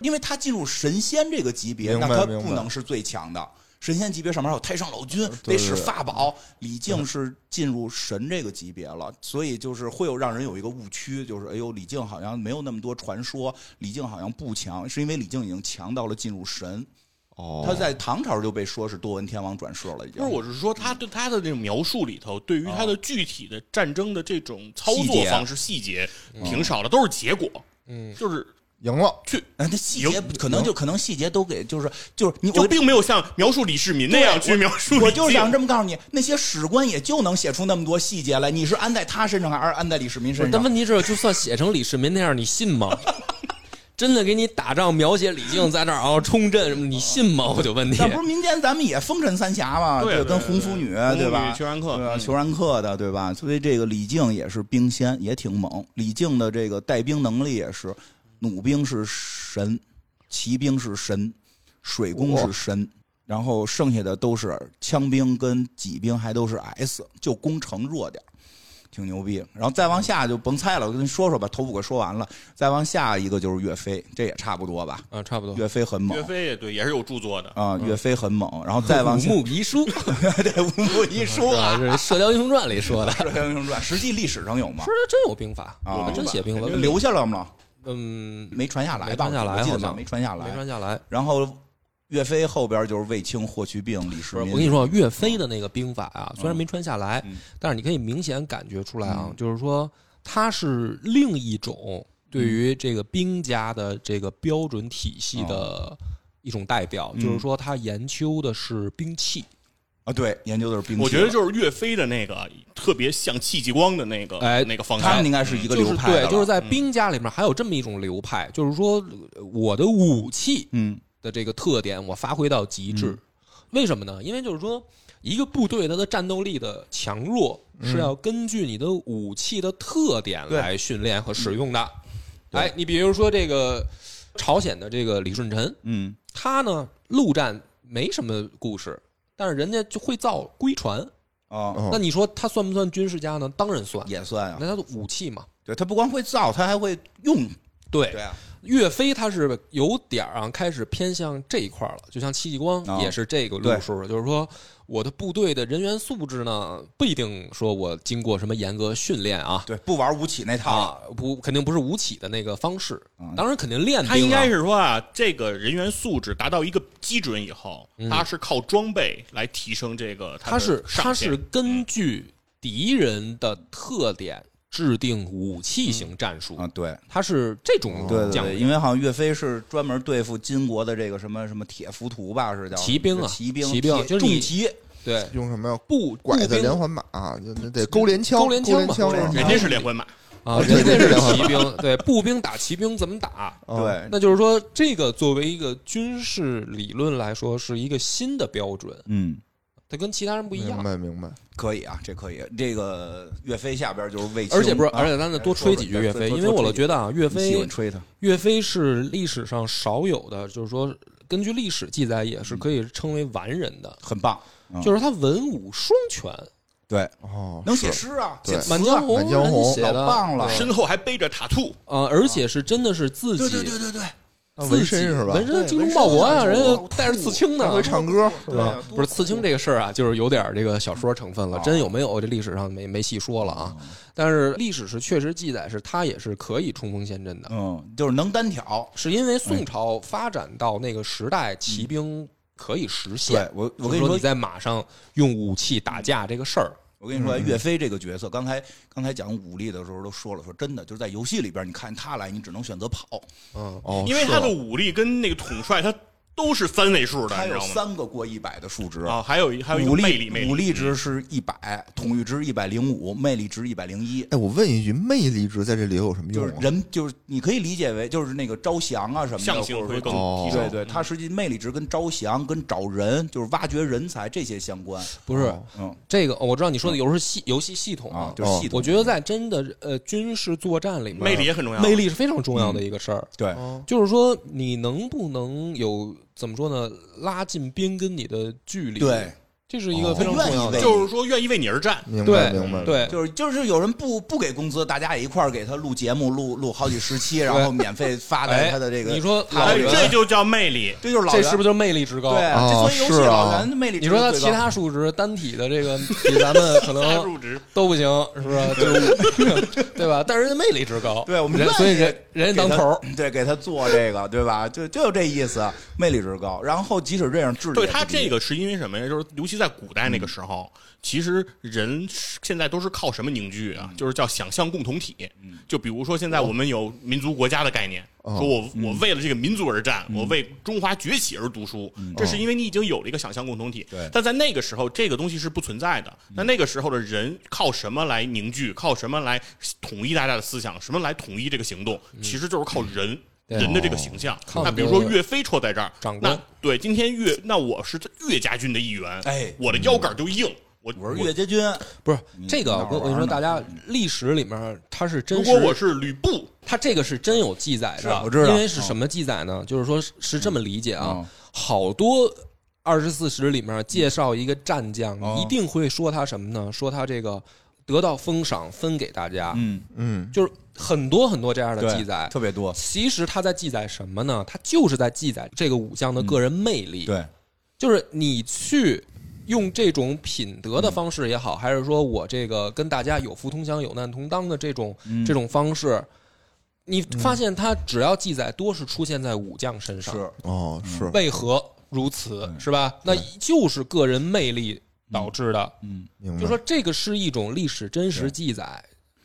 因为他进入神仙这个级别，
明白
那他
明白
不能是最强的。神仙级别上面还有太上老君，
对
得使法宝。李靖是进入神这个级别了，所以就是会有让人有一个误区，就是哎呦，李靖好像没有那么多传说，李靖好像不强，是因为李靖已经强到了进入神。
哦
他在唐朝就被说是多闻天王转世了，已经
不是，我是说他对他的这种描述里头，对于他的具体的战争的这种操
哦细
作
节嗯
方式细节挺少的，都是结果，
嗯，
就是
赢了，
去
哎那细节可能就可能细节都给就是就是你
就
我
并没有像描述李世民那样去描述
我
李
就是
靖
想这么告诉你，那些史官也就能写出那么多细节来。你是安在他身上还是安在李世民身上？
但问题是，就算写成李世民那样，你信吗？ 真的给你打仗描写李靖在那儿啊冲阵什么，你信吗？我就问你，
那不是民间咱们也风尘三侠嘛，
对对
啊跟红拂女
对对
对
红拂
吧？
女裘然客
对吧
嗯
裘然客的对吧？所以这个李靖也是兵仙，也挺猛。李靖的这个带兵能力也是，弩兵是神，骑兵是神，水攻是神。然后剩下的都是枪兵跟戟兵，还都是 S，就攻城弱点儿，挺牛逼。然后再往下就甭猜了，我跟你说说吧，头五个说完了，再往下一个就是岳飞，这也差不多吧。
啊，差不多。
岳飞很猛
嗯岳飞也对，也是有著作的。
啊，岳飞很猛。然后 再往
嗯五
下，
木遗书
对，五木一书
啊，
啊，
这《射雕英雄传》里说的，
《射雕英雄传》，实际历史上有吗
说？的真有兵法，
啊
我们真写兵法，
留下了吗？
嗯，
没传下来
没
吧？
传下来
我记得
好像
没传下来。
没传下来。
然后岳飞后边就是卫青、霍去病、李世
不是，
民。
我跟你说，岳飞的那个兵法啊，虽然没穿下来
嗯，
但是你可以明显感觉出来啊，就是说他是另一种对于这个兵家的这个标准体系的一种代表，
哦嗯
就是说他研究的是兵器，
啊，对，研究的是兵器。
我觉得就是岳飞的那个特别像戚继光的那个
哎
那个方
他
向
们应，该是一个
就
流
是
派的嗯
对
了，
就是在兵家里面还有这么一种流派，就是说呃我的武器
嗯
的这个特点我发挥到极致。为什么呢？因为就是说，一个部队它的战斗力的强弱是要根据你的武器的特点来训练和使用的。哎，你比如说这个朝鲜的这个李舜臣，
嗯
他呢陆战没什么故事，但是人家就会造龟船。
啊，
哦
那你说他算不算军事家呢？当然算，
也算啊。
那他的武器嘛。
对他不光会造，他还会用。
对
对啊，
岳飞他是有点儿啊，开始偏向这一块儿了，就像戚继光
啊
也是这个路数，就是说我的部队的人员素质呢，不一定说我经过什么严格训练啊，
对，不玩吴起那套了。
啊，不肯定不是吴起的那个方式
嗯，
当然肯定练兵啊
他应该是说啊，这个人员素质达到一个基准以后，他是靠装备来提升这个
他是
的
他
上限
是根据敌人的特点制定武器型战术
啊，，对，
他是这种
嗯对对
哦讲究
对，因为好像岳飞是专门对付金国的这个什么什么铁浮屠吧，是叫
骑兵啊
骑兵，
骑兵
铁
就是你
重骑，
对
用什么呀？
步
拐
步
子
兵
连环马，啊就那得勾连枪，
勾
勾
连
连
枪嘛
枪
勾连
是
枪
吧
人家是连环马，
啊，
对
人家
对
是
对对
骑兵，对步兵打骑兵怎么打？
哦
对，
那就是说，这个作为一个军事理论来说，是一个新的标准，
嗯。
它跟其他人不一
明
样。
白明白。
可以啊，这可以。这个岳飞下边就是卫青，
而且不是，
啊
而且咱再多吹几句岳
对
飞，
多
因为我
多
老
吹几句
觉得啊，岳
你喜
飞
欢吹他，
岳飞是历史上少有的，就是说根据历史记载也是可以称为完人的，
很棒，嗯
就是他文武双全，
对，
哦，
能写
是
诗啊，
对
写
《
词啊
满江红》
满江红
人家写
老
的
棒了，
身后还背着塔兔，
呃，而且是真的是自己
对对对对对，
啊
自
纹
己
身是吧？
纹身
对
精忠
纹身
报国呀，
啊
人家
我
带着刺青呢，
会唱歌是
对
吧？
啊，
不是刺青这个事儿啊，就是有点儿这个小说成分了，
啊
真有没有这历史上没没细说了
哦
啊。但是历史是确实记载是他也是可以冲锋陷阵的，
嗯，哎就是能单挑。
是因为宋朝发展到那个时代，骑兵可以实
嗯
现
对。我，我
就是
跟你
说
说
你，在马上用武器打架这个事儿，
我跟你说，岳飞这个角色，刚才刚才讲武力的时候都说了，说真的，就是在游戏里边，你看他来，你只能选择跑。
嗯，
哦，
因为
是
他
吧
的武力跟那个统帅他都是三位数的，
他
你知
有
道吗？
三个过一百的数值，
哦
啊，还有一还有一
武
个魅力
力
魅
武
力，
力值是一百，统御值一百零五，魅力值一百零一。
哎，我问一句，魅力值在这里有什么
就
用
是
啊？
人，就是你可以理解为就是那个招降啊什么的，
象性
或者
会
说
更
哦
提
对
升。
对，它实际魅力值跟招降、跟找人，就是挖掘人才这些相关。
不是
哦
嗯，
这个，我知道你说的游戏系游戏系统
啊
啊，，
就是系统。
我觉得在真的呃军事作战里面，
魅力也很重要
魅力是非常重
嗯
要的一个事儿。
对，
哦
就是说，你能不能有怎么说呢？拉近兵跟你的距离，
对，
这是一个
哦
非常重要
愿
的。
意为
就是说愿意为你而战，
明白
对
明白，，
对，
就是就是有人不不给工资，大家也一块儿给他录节目，录录好几十期，然后免 费发在
哎，
他的这个。
你说
老
老
哎，
袁
这
袁，
就叫魅力。
这就是老
这
袁
是不是就魅力值高？
对？
啊
这所以游戏
是啊
老袁的魅力值
你
最高。
说他其他数值单体的这个 比咱们可
大
能
入职，
都不行，是 不是？就是对吧？但是人家魅力值高，
对我们
人
愿意
所以人人家当头儿，
给他对，给他做这个，对吧？就就这意思，魅力值高。然后即使这样，智力
对
也
他
不低
这个是因为什么呀？就是尤其在古代那个时候，其实人是现在都是靠什么凝聚啊？就是叫想象共同体。就比如说现在我们有民族国家的概念，
哦
说我我为了这个民族而战，我为中华崛起而读书，这是因为你已经有了一个想象共同体
对。
但在那个时候，这个东西是不存在的。那那个时候的人靠什么来凝聚？靠什么来统一大家的思想？什么来统一这个行动？其实就是靠人。
对
人的这个形象，
靠
那
你
比如
的
说岳飞戳在这儿，
长官
那对，今天岳，那我是岳家军的一员，
哎
我的腰杆就硬。我
我是岳家军，
不是
你
这个。
哪儿
我跟我跟你
玩呢
说，大家历史里面它是真
如
实。
果我是吕布，
它这个是真有记载的，
是啊我知道哦
因为是什么记载呢？就是说是是这么理解啊，
嗯
好多二十四史里面介绍一个战将，
嗯
一定会说他什么呢？说他这个得到封赏分给大家，
嗯，
嗯，
就是很多很多这样啊的
对
记载。
特别多。
其实他在记载什么呢？他就是在记载这个武将的个人魅力。
对，
就是你去用这种品德的方式也好，还是说我这个跟大家有福同享、有难同当的这种、
嗯
这种方式，你发现它只要记载多是出现在武将身上，
是
哦是
为何？如此，是吧？那就是个人魅力导致的。
嗯，
明白
就说这个是一种历史真实记载，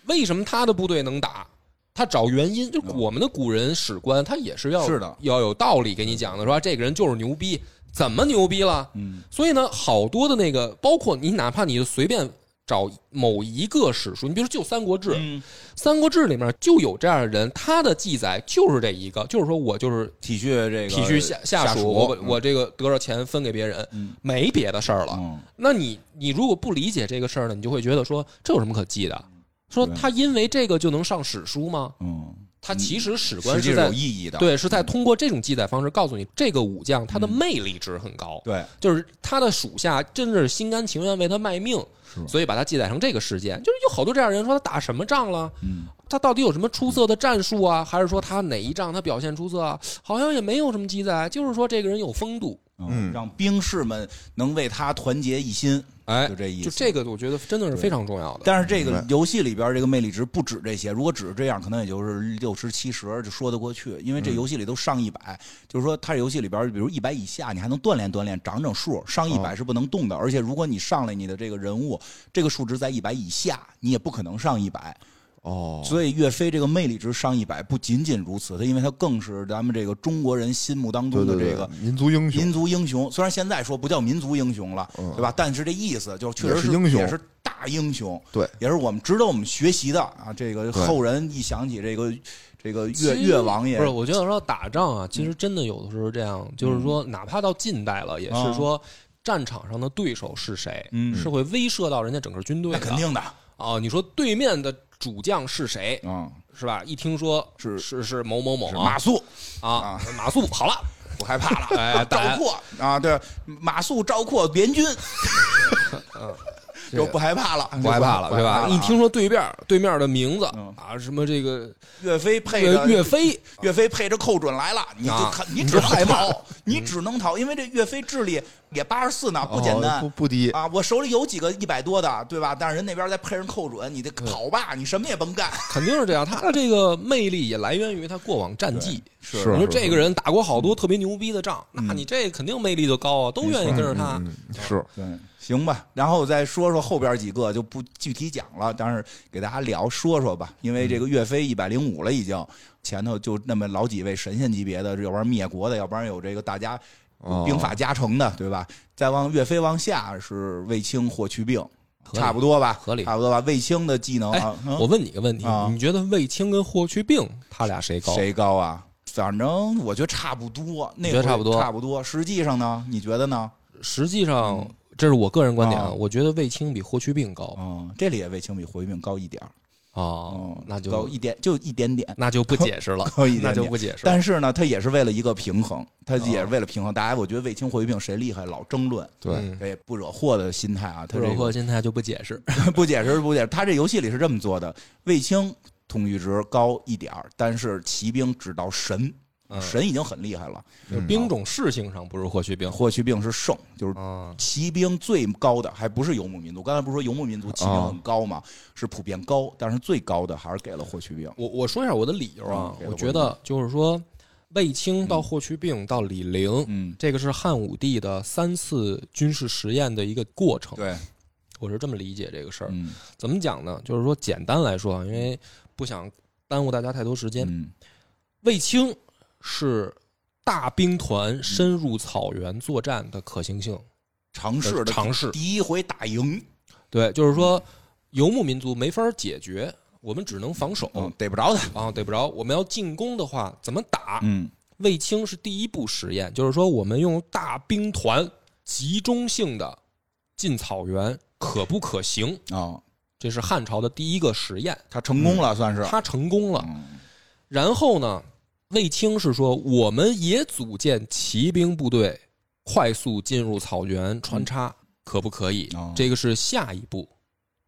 为什么他的部队能打？他找原因，就我们的古人史官，他也是要
嗯是的
要有道理给你讲的，说啊这个人就是牛逼，怎么牛逼了？
嗯，
所以呢，好多的那个，包括你哪怕你随便找某一个史书，你比如说就《三国志》
嗯
三国志》里面就有这样的人，他的记载就是这一个，就是说我就是
体恤这个
体恤下下
属，
属，
嗯
我我这个得着钱分给别人，没别的事儿了。
嗯
那你你如果不理解这个事儿呢，你就会觉得说这有什么可记的？说他因为这个就能上史书吗？
嗯，
他其实史官
实际
是
是
在
有意义的，嗯
对是在通过这种记载方式告诉你，这个武将他的魅力值很高，
对，
就是他的属下真的是心甘情愿为他卖命，所以把他记载成这个事件。就是有好多这样的人说他打什么仗了，
嗯
他到底有什么出色的战术啊？还是说他哪一仗他表现出色啊？好像也没有什么记载，就是说这个人有风度。
嗯，让兵士们能为他团结一心，
哎，
就这意思
就这个，我觉得真的是非常重要的。
但是这
明
个
白
游戏里边这个魅力值不止这些，如果只是这样，可能也就是六十七十就说得过去，因为这游戏里都上一百，就是说它游戏里边，比如一百以下，你还能锻炼锻炼，长长数，上一百是不能动的，而且如果你上来你的这个人物这个数值在一百以下，你也不可能上一百。
哦，
所以岳飞这个魅力值上一百不仅仅如此，他因为他更是咱们这个中国人心目当
对
中的这
对对，
个
民族英雄
民族英雄，虽然现在说不叫民族英雄了，
嗯
对吧？但是这意思就是确
也
实
是英雄
也是大英雄，
对，
也是我们值得我们学习的啊。这个
对
后人一想起这个这个
其实
岳岳王爷嗯
不，是，我觉得说打仗啊，其实真的有的时候这样，就是说哪怕到近代了，也是说战场上的对手是谁，
啊嗯
是会威慑到人家整个军队
那
的。
肯定的，
啊，你说对面的主将是谁，
嗯，
是吧？一听说
是
是是某某某
是
啊
马谡
啊，马谡好了，
不害怕了，
哎
赵
打
括啊，对，马谡、赵括联 军， 就不害怕了，
嗯不害怕了，
就
对
不害
吧？
怕
一听说对面对面的名字
嗯
啊，什么 这个
岳飞配
岳
着
岳飞，
岳飞配着寇准来了，你就
啊
看，你只能逃，你只能逃，因为这岳飞智力也八十四呢，不简单，
哦不不低，
啊，我手里有几个一百多的，对吧？但是人那边再配上寇准，你得跑吧，你什么也甭干。
肯定是这样。他的这个魅力也来源于他过往战绩。
是
你说
是
这个人打过好多特别牛逼的仗，那
嗯
你这肯定魅力就高啊，都愿意跟着他。
是
对，行吧。然后再说说后边几个就不具体讲了，但是给大家聊说说吧，因为这个岳飞一百零五了已经，前头就那么老几位神仙级别的，要不然灭国的，要不然有这个大家
哦
兵法加成的，对吧？再往岳飞往下是卫青、霍去病，差不多吧？
合理
差不多吧？卫青的技能
哎
啊，嗯
我问你个问题
啊，
你觉得卫青跟霍去病他俩谁高？
谁高啊？反正我觉得差不多，那会
觉
儿
得差不多
差不多。实际上呢，你觉得呢？
实际上，这是我个人观点啊，
嗯啊
我觉得卫青比霍去病高
嗯，这里也卫青比霍去病高一点儿，
哦
嗯，，
那
高
就
一点，就一点点，，
那就不解释了
高一点
那
点
就不解释了。
但是呢，他也是为了一个平衡，他也是
哦
为了平衡。大家我觉得卫青、霍去病谁厉害，老争论，
对，
嗯
这也不惹祸的心态啊。他
不
这
惹
个
祸心态就不解释。
不解释不解释，他这游戏里是这么做的：卫青统御值高一点儿，但是骑兵只到神，
嗯
神已经很厉害了。
就兵种适性上不是霍去病
霍去病是圣，就是
啊，
骑兵最高的还不是游牧民族，刚才不是说游牧民族骑兵很高吗？是普遍高，但是最高的还是给了霍去病。
我我说一下我的理由啊
嗯给，了
我觉得就是说，卫青到霍去病到李陵，
嗯，
这个是汉武帝的三次军事实验的一个过程。
对，
我是这么理解这个事儿。
嗯
怎么讲呢？就是说，简单来说啊，因为不想耽误大家太多时间，
嗯
卫青是大兵
嗯
团深入草原作战的可行性
尝试的
尝试。
第一回打赢，
对，就是说游牧民族没法解决，我们只能防守
嗯，逮不着他。
啊，逮不着。我们要进攻的话，怎么打？
嗯
卫青是第一步实验，就是说我们用大兵团集中性的进草原，可不可行？
哦，
这是汉朝的第一个实验，
他成功了，算是。
他成功了。
嗯
然后呢，卫青是说，我们也组建骑兵部队，快速进入草原穿插，可不可以
嗯哦？
这个是下一步，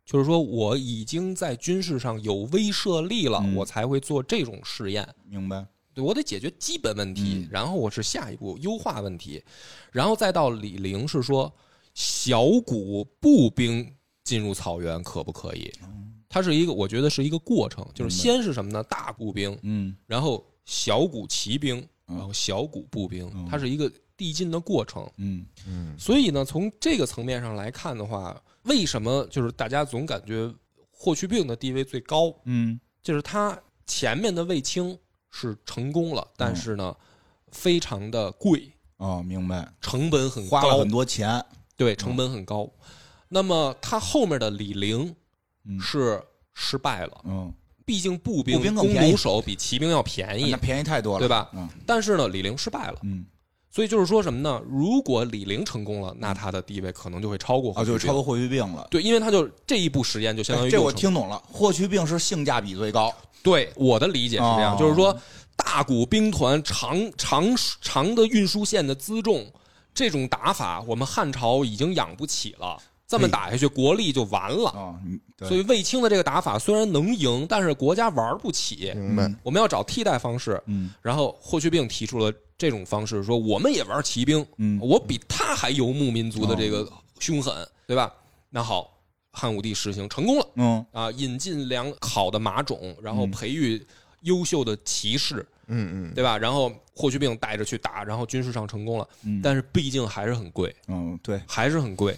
就是说我已经在军事上有威慑力了，
嗯
我才会做这种试验。
明白。
对我得解决基本问题，
嗯
然后我是下一步优化问题，然后再到李陵是说小股步兵进入草原可不可以？
哦
它是一个，我觉得是一个过程，就是先是什么呢？大步兵，
嗯
然后小股骑兵，
嗯
然后小股步兵
嗯，
它是一个递进的过程。
嗯，
所以呢，从这个层面上来看的话，为什么就是大家总感觉霍去病的地位最高？
嗯，
就是他前面的卫青是成功了，但是呢，
嗯
非常的贵，
哦，明白，
成本很
花了
高
很，多嗯钱，
对，成本很高。那么他后面的李陵
嗯
是失败了，
嗯，
毕竟步
步兵
兵
更
弓
便宜啊
弩手比骑兵要便宜
那，便宜太多了，
对？吧？
嗯
但是呢，李陵失败了，
哎嗯，
所以就是说什么呢？如果李陵成功了，那他的地位可能就会超过
哦，
霍去
就是
病
超。过霍去病了。
对，因为他就这一步实验就相当于
哎这我
又成
听懂了，霍去病是性价比最高，
对我的理解是这样，
哦
就是说大股兵团长长长的运输线的辎重这种打法，我们汉朝已经养不起了，这么打下去国力就完了。
哦，你对
所以卫青的这个打法虽然能赢，但是国家玩不起，
明白？
我们要找替代方式。
嗯，
然后霍去病提出了这种方式，说我们也玩骑兵，
嗯
我比他还游牧民族的
哦
这个凶狠，对吧？那好，汉武帝实行成功了。
嗯
啊，引进良好的马种，然后培育优秀的骑士，
嗯嗯，
对吧？然后霍去病带着去打，然后军事上成功了，
嗯
但是毕竟还是很贵，
嗯，对，
还是很贵，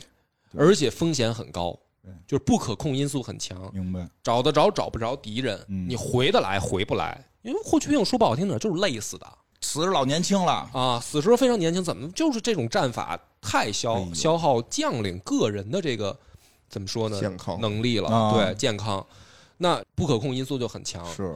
而且风险很高，就是不可控因素很强，
明白，
找得着找不着敌人，
嗯
你回得来回不来，因为霍去病说不好听点就是累死的
死着老年轻了，
啊，死时候非常年轻，怎么就是这种战法太消、
哎呦
消耗将领个人的这个怎么说呢？
健康
能力了，
啊
对健康。那不可控因哦素就很强，
是，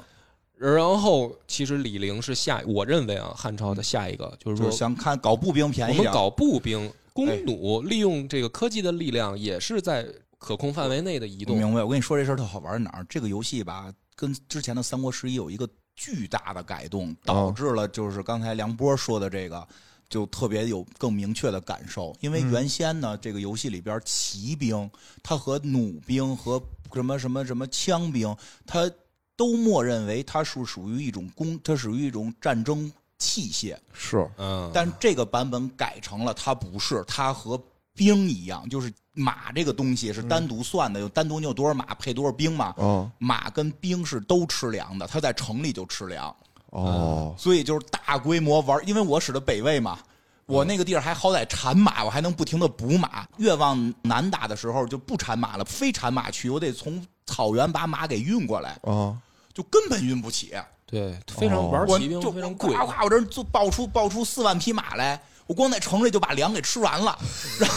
然后，其实李陵是下，我认为啊，汉朝的下一个就是
嗯就
说，
是想看搞步兵便
我
宜
们
点，
搞步兵、
哎
弓弩，利用这个科技的力量，也是在可控范围内的移
我
动。
明白，我跟你说这事儿特好玩儿哪儿？这个游戏吧，跟之前的《三国十一》有一个巨大的改动，
哦
导致了就是刚才梁波说的这个，就特别有更明确的感受。因为
嗯
原先呢，这个游戏里边骑兵，它和弩兵和什么什么什么枪兵，它都默认为它是属于一种攻，它属于一种战争器械。
是
嗯，
但这个版本改成了它不是，它和兵一样，就是马这个东西是单独算的，有单独你有多少马配多少兵嘛。
哦
马跟兵是都吃粮的，它在城里就吃粮，
哦，
所以就是大规模玩。因为我使的北魏嘛，我那个地儿还好歹产马，我还能不停的补马。越往南打的时候就不产马了，非产马区，我得从草原把马给运过来，
啊，
就根本运不起。
对，非常
哦
玩
我
骑兵
就
非常贵
夸，夸我这儿就爆出爆出四万匹马来，我光在城里就把粮给吃完了。 然后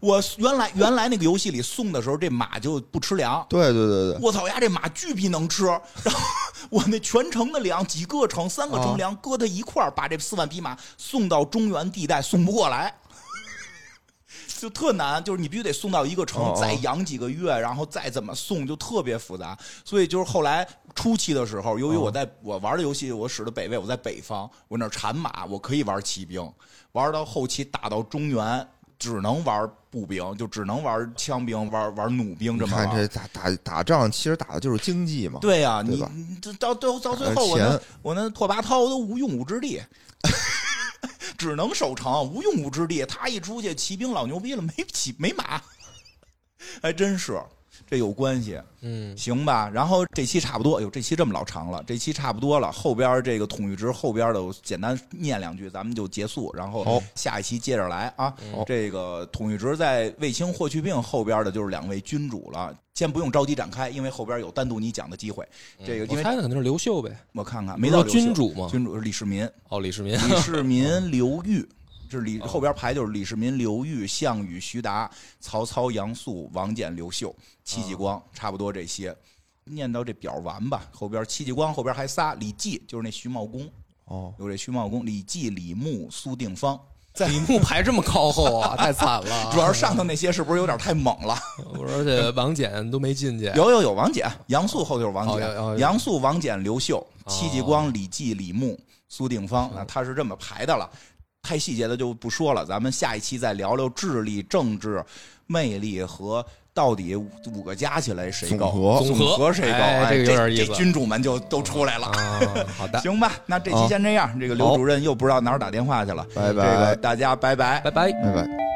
我原来原来那个游戏里送的时候，这马就不吃粮。
对对对对，
我操呀，这马巨逼能吃！ 然后我那全城的粮，几个城、三个
啊
城粮，搁它一块儿，把这四万匹马送到中原地带，送不过来， 就特难。就是你必须得送到一个城，
哦哦
再养几个月，然后再怎么送，就特别复杂。所以就是后来初期的时候，由于
哦
我在、我玩的游戏，我使的北魏，我在北方，我那儿产马，我可以玩骑兵。玩到后期打到中原，只能玩步兵，就只能玩枪兵、玩玩弩兵这么玩
看。这打打打仗，其实打的就是经济嘛。
对呀、啊
对
你
吧
你这到最后到最
而
后，我
钱
那我那拓跋焘都无用武之地， 只能守城，无用武之地。他一出去，骑兵老牛逼了，没骑没马， 还真是这有关系，
嗯，
行吧？然后这期差不多，哎呦，这期这么老长了，这期差不多了。后边这个统御值后边的，我简单念两句，咱们就结束，然后
好
下一期接着来啊。
好
这个统御值在卫青、霍去病后边的就是两位君主了，先不用着急展开，因为后边有单独你讲的机会。这个因
嗯我
为
猜的肯定是刘秀呗，
我看看，没到
不
刘
是
秀
君，主嘛，
君主是李世民，
哦，李 世民，
李世民、刘裕，这是李后边排就是李世民、刘裕、项羽、徐达、曹操、杨素、王翦、刘秀、戚继光，差不多这些。念到这表完吧，后边戚继光后边还仨，李绩就是那徐茂公，
哦，
有这徐茂公，李绩、李牧、苏定方。在
李牧排这么靠后啊，太惨 了。
主要是上头那些是不是有点太猛了？
而且王翦都没进去，
有有有，王翦、杨素后头就是王
哦有有有哦
翦，杨素、王翦、刘秀、戚继光、李绩、李牧、苏定方，啊，他是这么排的了。太细节的就不说了，咱们下一期再聊聊智力、政治、魅力和到底五五个加起来谁高，
总和
总
总和
谁高？
哎
哎，
这个有点意思
这君主们就都出来了。
啊，好 的，
行吧，那这期先这样。这个刘主任又不知道哪儿打电话去了，
拜
这个
拜
大家拜拜
拜拜。
拜拜。